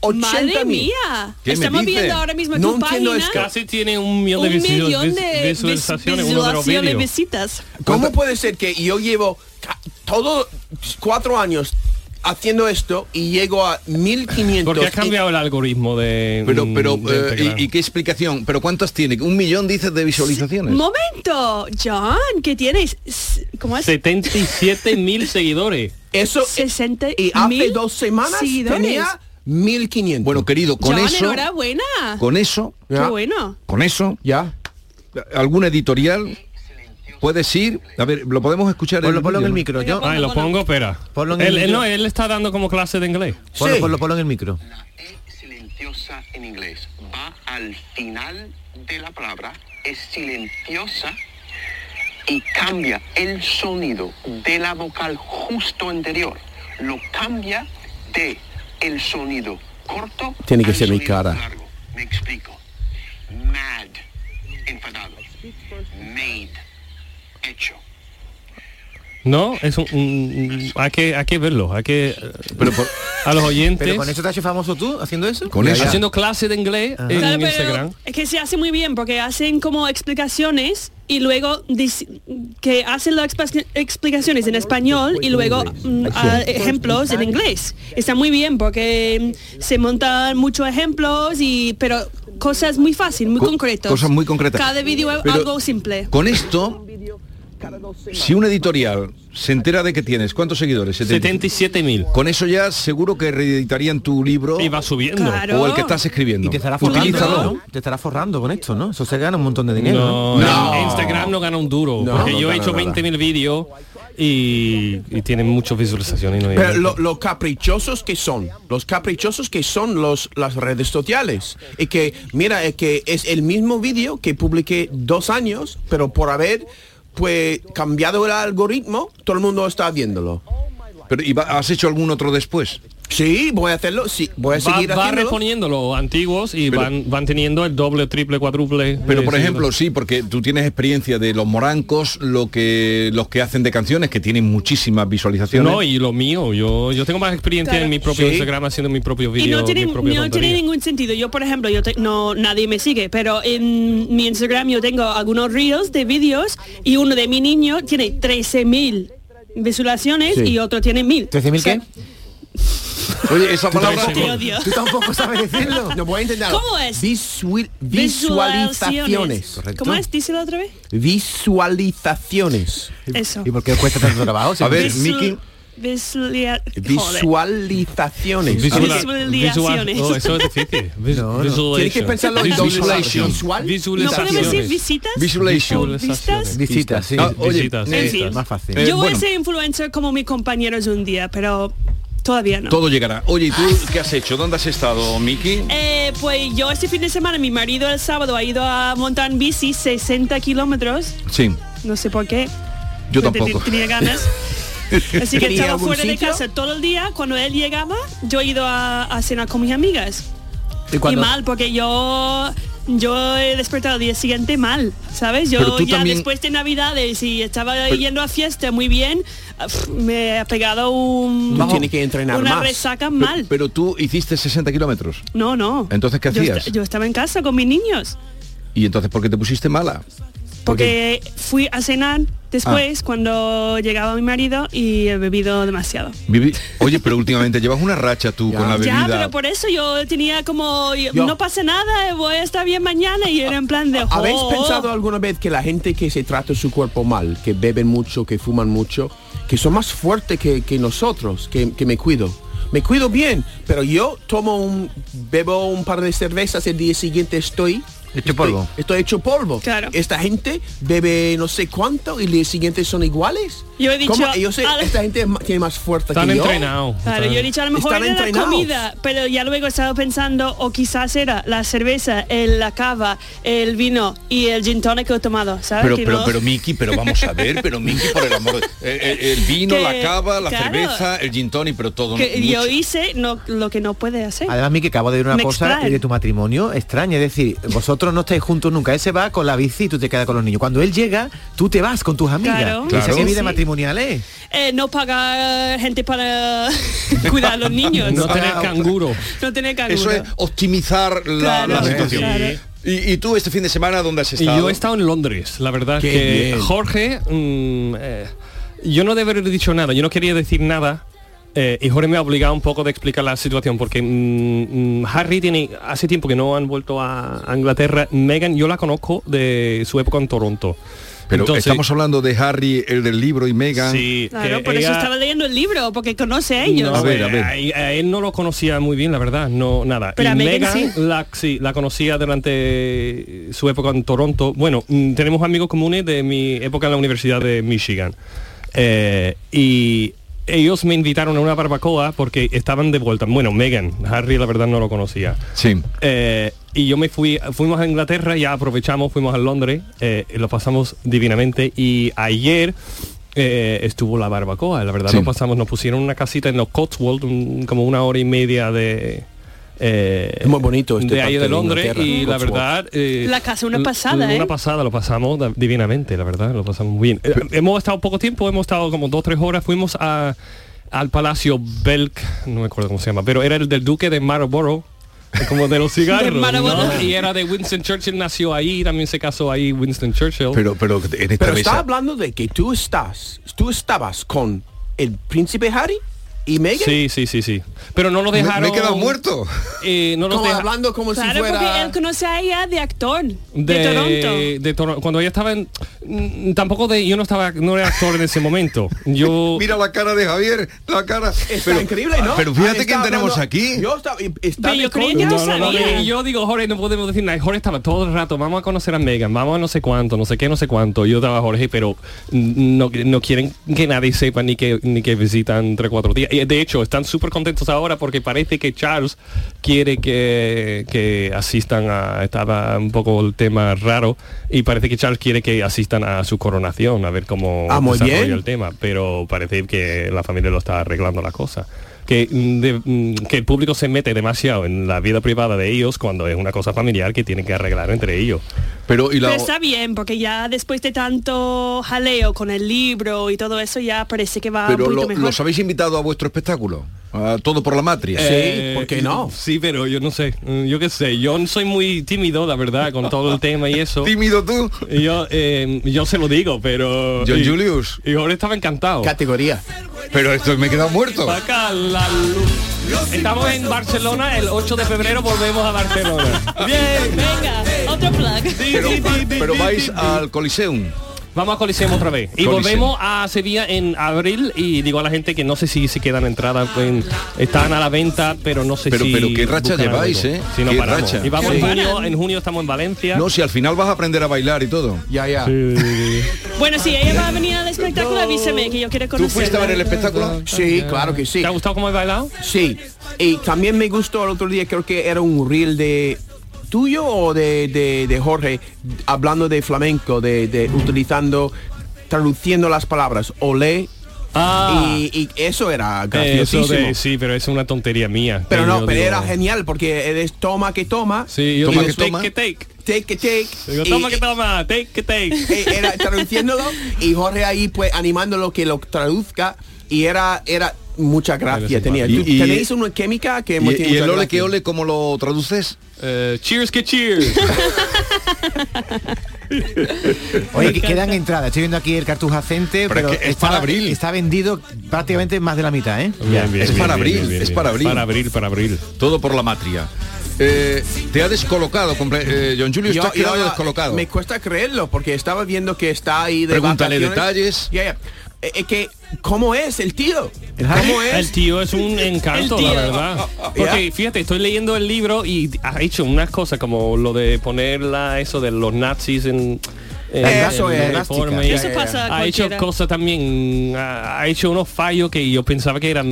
Speaker 15: 80.000.
Speaker 13: Madre mía.
Speaker 15: ¿Qué me
Speaker 13: Estamos
Speaker 15: dice?
Speaker 13: viendo ahora mismo
Speaker 15: No
Speaker 13: tu
Speaker 15: entiendo
Speaker 13: página.
Speaker 15: esto.
Speaker 14: Casi tiene un millón de
Speaker 13: Un
Speaker 14: visi-
Speaker 13: millón
Speaker 14: vis-
Speaker 13: de vis-
Speaker 14: visualizaciones en uno de los
Speaker 13: visualizaciones,
Speaker 14: vídeos.
Speaker 13: visitas.
Speaker 15: ¿Cómo puede ser que yo llevo ca- todos cuatro años haciendo esto y llego a 1.500?
Speaker 14: Porque ha
Speaker 15: Y-
Speaker 14: cambiado el algoritmo de...
Speaker 12: Pero, pero,
Speaker 14: mm,
Speaker 12: eh,
Speaker 14: de
Speaker 12: y-
Speaker 14: Instagram.
Speaker 12: y, qué explicación? ¿Pero cuántas tiene? ¿Un millón dices de visualizaciones?
Speaker 13: Momento, John, ¿qué tienes? S- ¿Cómo es?
Speaker 14: 77 mil seguidores.
Speaker 15: Eso
Speaker 13: 60
Speaker 15: y hace
Speaker 13: mil
Speaker 15: dos semanas
Speaker 13: seguidores.
Speaker 15: tenía 1.500.
Speaker 12: Bueno, querido, con
Speaker 13: John,
Speaker 12: eso,
Speaker 13: enhorabuena.
Speaker 12: con eso,
Speaker 13: Qué bueno.
Speaker 12: con eso,
Speaker 15: ya,
Speaker 12: alguna editorial puedes ir. A ver, lo podemos escuchar.
Speaker 16: Ponlo- ponlo en el micro, yo-
Speaker 14: Ah, lo pongo, espera.
Speaker 16: Ponlo en el
Speaker 14: Él, él
Speaker 16: micro.
Speaker 14: no, él está dando como clase de inglés.
Speaker 16: Ponlo, ponlo, ponlo en el micro.
Speaker 17: silenciosa en inglés. Va al final de la palabra, es silenciosa y cambia el sonido de la vocal justo anterior. Lo cambia de el sonido corto.
Speaker 15: Tiene que
Speaker 17: al
Speaker 15: ser mi
Speaker 17: sonido
Speaker 15: cara.
Speaker 17: largo. Me explico. Mad, enfadado. Made, hecho.
Speaker 14: No, es un, un- hay que hay que verlo, hay que a los oyentes.
Speaker 16: Pero con eso te has hecho famoso tú haciendo eso.
Speaker 14: Con
Speaker 16: Ya,
Speaker 14: eso.
Speaker 16: ya. Ah.
Speaker 14: haciendo clase de inglés eh, en
Speaker 13: Claro, pero
Speaker 14: Instagram.
Speaker 13: Es que se hace muy bien porque hacen como explicaciones y luego dic- que hacen las expa- explicaciones en español y luego mm, ah, ejemplos en inglés. Está muy bien porque mm, se montan muchos ejemplos y pero cosas muy fácil, muy
Speaker 12: Co-
Speaker 13: concretas.
Speaker 12: cosas muy concretas.
Speaker 13: Cada vídeo es
Speaker 12: Pero-
Speaker 13: algo simple.
Speaker 12: Con esto, si una editorial se entera de que tienes, ¿cuántos seguidores?
Speaker 14: 77 mil.
Speaker 12: Con eso ya seguro que reeditarían tu libro.
Speaker 14: Y va subiendo.
Speaker 12: O el que estás escribiendo.
Speaker 16: Y te estará forrando,
Speaker 12: Utilízalo.
Speaker 16: ¿no? Te estará forrando con esto, ¿no? Eso se gana un montón de dinero.
Speaker 14: No, Instagram no gana un duro,
Speaker 16: No,
Speaker 14: porque
Speaker 16: no
Speaker 14: yo he
Speaker 16: gana
Speaker 14: hecho
Speaker 16: nada.
Speaker 14: 20 mil vídeos y, y tienen muchas visualizaciones. y no
Speaker 15: Pero
Speaker 14: llegan.
Speaker 15: lo, lo caprichosos que son, los caprichosos que son los, las redes sociales. Y que, mira, es que es el mismo vídeo que publiqué dos años, pero por haber pues cambiado el algoritmo, todo el mundo está viéndolo.
Speaker 12: Pero, ¿y va- has hecho algún otro después?
Speaker 15: Sí, voy a hacerlo, sí, voy a
Speaker 14: va,
Speaker 15: seguir
Speaker 14: va
Speaker 15: haciéndolo.
Speaker 14: reponiendo los antiguos y
Speaker 12: Pero-
Speaker 14: van, van teniendo el doble, triple, cuádruple.
Speaker 12: Pero
Speaker 14: de
Speaker 12: por ejemplo,
Speaker 14: seguidores.
Speaker 12: sí, porque tú tienes experiencia de los morancos, lo que los que hacen de canciones que tienen muchísimas visualizaciones.
Speaker 14: No, y lo mío, yo, yo tengo más experiencia
Speaker 13: Claro.
Speaker 14: en mi propio
Speaker 12: Sí.
Speaker 14: Instagram haciendo mi propio
Speaker 13: Y
Speaker 14: vídeo.
Speaker 13: no tiene,
Speaker 14: mi propia
Speaker 13: no tiene
Speaker 14: tontería.
Speaker 13: ningún sentido. Yo, por ejemplo, yo te- no nadie me sigue, pero en mi Instagram yo tengo algunos reels de vídeos y uno de mi niño tiene 13.000 visualizaciones
Speaker 16: Sí.
Speaker 13: y otro tiene 1.000.
Speaker 16: ¿13.000 qué?
Speaker 12: Oye, esa palabra...
Speaker 13: Te odio.
Speaker 16: Tú tampoco sabes decirlo.
Speaker 15: No, voy a intentarlo.
Speaker 13: ¿Cómo es?
Speaker 15: Visui- visualizaciones.
Speaker 13: ¿Cómo es? Díselo otra vez.
Speaker 15: Visualizaciones.
Speaker 13: Eso.
Speaker 16: ¿Y por qué os cuesta tanto trabajo?
Speaker 15: A ver,
Speaker 13: Visu-
Speaker 15: Miki.
Speaker 13: visualia- joder.
Speaker 15: Visualizaciones.
Speaker 14: Visual-
Speaker 13: Visualizaciones.
Speaker 14: visual- oh, eso es difícil. Vis- visualization.
Speaker 15: Tienes que pensarlo en doble lado.
Speaker 14: Visualization.
Speaker 15: Visual.
Speaker 13: ¿No podemos decir
Speaker 14: Visualizaciones.
Speaker 13: visitas?
Speaker 12: Visualization.
Speaker 13: ¿Vistas?
Speaker 16: Visitas, sí.
Speaker 12: Ah, oye,
Speaker 14: Visitas,
Speaker 12: eh,
Speaker 13: En fin.
Speaker 16: Más fácil.
Speaker 12: Eh,
Speaker 13: Yo voy
Speaker 12: bueno.
Speaker 13: a ser influencer como mis compañeros un día, pero todavía no.
Speaker 12: Todo llegará. Oye, ¿y tú qué has hecho? ¿Dónde has estado, Miki?
Speaker 13: Eh, pues yo este fin de semana, mi marido el sábado ha ido a montar en bici 60 kilómetros,
Speaker 12: Sí,
Speaker 13: no sé por qué.
Speaker 12: yo
Speaker 13: no te-
Speaker 12: tampoco.
Speaker 13: Tenía ganas. Así que
Speaker 15: ¿Tenía
Speaker 13: estaba
Speaker 15: algún
Speaker 13: fuera de
Speaker 15: sitio?
Speaker 13: casa todo el día. Cuando él llegaba, yo he ido a, a cenar con mis amigas.
Speaker 16: ¿Y
Speaker 13: Y
Speaker 16: cuando-
Speaker 13: mal, porque yo yo he despertado al día siguiente mal, ¿sabes? Yo
Speaker 12: Pero tú
Speaker 13: ya
Speaker 12: también-
Speaker 13: después de Navidades y estaba
Speaker 12: Pero-
Speaker 13: yendo a fiesta muy bien, ah, pf, me ha pegado un...
Speaker 15: Tú tienes que entrenar
Speaker 13: Una
Speaker 15: más.
Speaker 13: resaca
Speaker 12: Pero-
Speaker 13: mal.
Speaker 12: Pero, tú hiciste 60 kilómetros.
Speaker 13: No, no.
Speaker 12: Entonces, ¿qué
Speaker 13: Yo
Speaker 12: hacías?
Speaker 13: esta- yo estaba en casa con mis niños.
Speaker 12: ¿Y entonces por qué te pusiste mala?
Speaker 13: Porque fui a cenar
Speaker 12: Ah.
Speaker 13: después cuando llegaba mi marido y he bebido demasiado.
Speaker 12: Vivi- Oye, pero últimamente llevas una racha tú con la
Speaker 13: Ya,
Speaker 12: bebida.
Speaker 13: pero por eso yo tenía como, yo- no pasa nada, voy a estar bien mañana y era en plan de... "Oh,
Speaker 15: ¿Habéis
Speaker 13: "Jo".
Speaker 15: pensado alguna vez que la gente que se trata su cuerpo mal, que beben mucho, que fuman mucho, que son más fuertes que, que nosotros, que, que me cuido? Me cuido bien, pero yo tomo un, bebo un par de cervezas, el día siguiente estoy... Hecho polvo. Estoy, hecho polvo. Claro. Esta gente bebe no sé cuánto y el día siguiente son iguales.
Speaker 13: Yo he dicho,
Speaker 15: ¿Cómo? Yo sé,
Speaker 13: al-
Speaker 15: esta gente es ma- tiene más fuerza
Speaker 14: Están
Speaker 15: que yo.
Speaker 14: entrenados.
Speaker 13: Claro, yo he dicho a lo mejor
Speaker 15: Están
Speaker 13: era la
Speaker 15: entrenados.
Speaker 13: comida, pero ya luego he estado pensando, o quizás era la cerveza, el, la cava, el vino y el gin tonic que he tomado, ¿sabes?
Speaker 12: Pero,
Speaker 13: Que
Speaker 12: pero,
Speaker 13: no-
Speaker 12: pero Miki, pero vamos a ver, pero Miki, por el amor de... eh, eh, el vino,
Speaker 13: Que,
Speaker 12: la cava, la
Speaker 13: claro.
Speaker 12: cerveza, el gin tonic, pero todo.
Speaker 13: que
Speaker 12: mucho.
Speaker 13: yo hice no, lo que no puede hacer.
Speaker 16: Además, Miki, acabo de ver una
Speaker 13: Me
Speaker 16: cosa
Speaker 13: extraen.
Speaker 16: de tu matrimonio extraña. Es decir, vosotros no estáis juntos nunca. Ese va con la bici y tú te quedas con los niños. Cuando él llega, tú te vas con tus amigas.
Speaker 13: Claro.
Speaker 16: O sea,
Speaker 13: Claro.
Speaker 16: ¿Qué vida
Speaker 13: Sí.
Speaker 16: matrimonial es?
Speaker 13: Eh, no pagar gente para cuidar a los niños. Ah,
Speaker 16: No tener
Speaker 14: canguro.
Speaker 13: No tener canguro.
Speaker 12: Eso es optimizar la,
Speaker 13: Claro,
Speaker 12: la situación.
Speaker 13: claro.
Speaker 12: Y, y tú este fin de semana dónde has
Speaker 14: Y
Speaker 12: estado?
Speaker 14: yo he estado en Londres, la verdad
Speaker 12: Qué
Speaker 14: que
Speaker 12: bien.
Speaker 14: Jorge, mm, eh, yo no debería haber dicho nada, yo no quería decir nada. eh, y Jorge me ha obligado un poco de explicar la situación porque mm, mm, Harry tiene hace tiempo que no han vuelto a, a Inglaterra. Megan yo la conozco de su época en Toronto.
Speaker 12: Pero estamos hablando de Harry, el del libro y Megan.
Speaker 14: Sí,
Speaker 13: Claro, por eso estaba leyendo el libro, porque conoce a ellos.
Speaker 14: No, a ver, Pues, a ver. él no lo conocía muy bien, la verdad, no nada.
Speaker 13: Pero
Speaker 14: y
Speaker 13: a Megan sí.
Speaker 14: la, sí, la conocía durante su época en Toronto. Bueno, mm, tenemos amigos comunes de mi época en la Universidad de Michigan. Eh, y ellos me invitaron a una barbacoa porque estaban de vuelta. Bueno, Megan, Harry la verdad no lo conocía.
Speaker 12: Sí.
Speaker 14: Eh, y yo me fui, fuimos a Inglaterra, ya aprovechamos, fuimos a Londres, eh, y lo pasamos divinamente y ayer eh, estuvo la barbacoa, la verdad
Speaker 12: Sí.
Speaker 14: lo pasamos, nos pusieron una casita en los Cotswold, un- como una hora y media de... eh,
Speaker 15: Muy bonito este
Speaker 14: de ahí
Speaker 15: parte
Speaker 14: de
Speaker 15: de
Speaker 14: Londres
Speaker 15: Inglaterra,
Speaker 14: y la
Speaker 15: Cotswold.
Speaker 14: verdad eh,
Speaker 13: La casa una
Speaker 14: l-
Speaker 13: pasada,
Speaker 14: una
Speaker 13: ¿eh?
Speaker 14: pasada lo pasamos da- divinamente la verdad lo pasamos muy bien Eh, hemos estado poco tiempo hemos estado como dos tres horas fuimos a al palacio Belk no me acuerdo cómo se llama pero era el del duque de Marlborough como de los cigarros ¿no?
Speaker 15: Marlborough.
Speaker 14: y era de Winston Churchill nació ahí también se casó ahí Winston Churchill
Speaker 12: pero pero en
Speaker 15: Pero está hablando de que tú estás, tú estabas con el príncipe Harry y Meghan.
Speaker 14: sí sí sí sí pero no lo
Speaker 15: Me- me he
Speaker 14: dejaron
Speaker 15: quedado muerto.
Speaker 14: eh, no lo
Speaker 15: Como hablando como si
Speaker 13: Claro, porque
Speaker 15: fuera-
Speaker 13: él conoce a ella de actor, de, Toronto.
Speaker 14: de Toronto. Cuando ella estaba en... mm, Tampoco de... Yo no estaba... No era actor en ese momento. Yo...
Speaker 12: Mira la cara de Javier, la cara.
Speaker 15: Está
Speaker 12: Pero- Ah,
Speaker 15: increíble, ¿no?
Speaker 12: Pero fíjate
Speaker 15: Ahí
Speaker 12: quién
Speaker 15: está
Speaker 12: tenemos
Speaker 15: hablando-
Speaker 12: aquí.
Speaker 15: Yo estaba, estaba
Speaker 13: Pero yo
Speaker 15: con-
Speaker 13: creía que lo sabía.
Speaker 14: Y yo digo, Jorge, no podemos decir nada. Y Jorge estaba todo el rato, vamos a conocer a Megan, vamos a no sé cuánto, no sé qué, no sé cuánto. Y Yo estaba Jorge, pero no, no quieren que nadie sepa ni que, ni que visitan tres cuatro días. Y de hecho, están súper contentos ahora porque parece que Charles quiere que, que asistan a... Estaba un poco el tema raro y parece que Charles quiere que asistan a su coronación, a ver cómo
Speaker 15: Ah, muy
Speaker 14: desarrolla
Speaker 15: bien.
Speaker 14: Oh, el tema. Pero parece que la familia lo está arreglando la cosa. Que, mm, de- mm, que el público se mete demasiado en la vida privada de ellos cuando es una cosa familiar que tienen que arreglar entre ellos.
Speaker 12: Pero y
Speaker 13: Pero está bien, porque ya después de tanto jaleo con el libro y todo eso, ya parece que va ah, un
Speaker 12: Pero
Speaker 13: poquito
Speaker 12: lo-
Speaker 13: mejor.
Speaker 12: los habéis invitado a vuestro espectáculo. A todo por la matria.
Speaker 14: Eh, Sí, pero yo no sé. Mm, Yo qué sé. Yo soy muy tímido, la verdad, con todo el tema y eso.
Speaker 12: ¿Tímido tú?
Speaker 14: Yo, eh, yo se lo digo, pero...
Speaker 12: John
Speaker 14: y-
Speaker 12: Julius.
Speaker 14: Y ahora estaba encantado.
Speaker 15: Categoría.
Speaker 12: Pero esto me he quedado muerto.
Speaker 14: Acá la luz. Estamos en Barcelona, el 8 de febrero volvemos a Barcelona. Bien,
Speaker 13: venga, otro plug.
Speaker 12: Pero, pero vais al Coliseum.
Speaker 14: Vamos a Coliseum otra vez. Y
Speaker 12: Coliseum.
Speaker 14: volvemos a Sevilla en abril y digo a la gente que no sé si se quedan entradas, en- están a la venta, pero no sé
Speaker 12: Pero-
Speaker 14: si...
Speaker 12: pero qué racha
Speaker 14: buscan
Speaker 12: lleváis,
Speaker 14: algo.
Speaker 12: ¿eh?
Speaker 14: Si no
Speaker 12: Qué
Speaker 14: paramos.
Speaker 12: racha.
Speaker 14: Y vamos
Speaker 12: Sí.
Speaker 14: en junio, en junio estamos en Valencia.
Speaker 12: No, si al final vas a aprender a bailar y todo.
Speaker 15: Ya, ya.
Speaker 13: Bueno, si ella va a venir al espectáculo, avíseme que yo quiero conocerla.
Speaker 15: Sí, claro que sí. ¿Te ha
Speaker 14: gustado cómo he bailado?
Speaker 15: Sí. Y también me gustó el otro día, creo que era un reel de tuyo o de, de- de Jorge, hablando de flamenco, de, de utilizando, traduciendo las palabras, olé.
Speaker 14: Ah.
Speaker 15: Y, y eso era
Speaker 14: Eh, eso
Speaker 15: graciosísimo.
Speaker 14: de- sí, pero es una tontería mía.
Speaker 15: Pero
Speaker 14: que
Speaker 15: no,
Speaker 14: yo
Speaker 15: pero
Speaker 14: digo-
Speaker 15: era genial porque eres toma que toma.
Speaker 14: Sí, yo
Speaker 15: y
Speaker 14: digo,
Speaker 15: después-
Speaker 14: take que take.
Speaker 15: Take que take. eh,
Speaker 14: Digo, toma que toma, take que take.
Speaker 15: Era traduciéndolo y Jorge ahí pues animándolo que lo traduzca y era era mucha gracia tenía.
Speaker 12: simpático.
Speaker 15: Tú-
Speaker 12: Y- y-
Speaker 15: tenéis una química que
Speaker 12: Y,
Speaker 15: hemos
Speaker 12: y
Speaker 15: tenido
Speaker 12: el
Speaker 15: mucha
Speaker 12: ole que
Speaker 15: gracia.
Speaker 12: ole, ¿cómo lo traduces?
Speaker 14: cheers que cheers.
Speaker 16: Oye, que quedan entradas. Estoy viendo aquí el Cartuja Center, pero,
Speaker 12: Pero es que es
Speaker 16: está,
Speaker 12: para abril.
Speaker 16: está vendido prácticamente más de la mitad, ¿eh?
Speaker 12: es para abril, es para abril.
Speaker 16: Para
Speaker 12: abril, para abril. Todo por la matria. Eh, te ha descolocado, comple- eh, John Julio,
Speaker 15: Yo-
Speaker 12: está quedado
Speaker 15: yo-
Speaker 12: descolocado.
Speaker 15: Me cuesta creerlo porque estaba viendo que está ahí de
Speaker 12: Pregúntale
Speaker 15: detalles. Ya, ya. Eh, eh, que, ¿Cómo es el tío? ¿Cómo es?
Speaker 14: El tío es un encanto,
Speaker 15: El tío.
Speaker 14: la verdad. Porque fíjate, estoy leyendo el libro y ha hecho unas cosas como lo de ponerla eso de los nazis en en-
Speaker 15: Eso
Speaker 14: en
Speaker 15: es,
Speaker 14: el
Speaker 15: elástica.
Speaker 14: uniforme.
Speaker 15: Eso pasa
Speaker 14: ha hecho
Speaker 15: cualquiera.
Speaker 14: cosas también ha, ha hecho unos fallos que yo pensaba que eran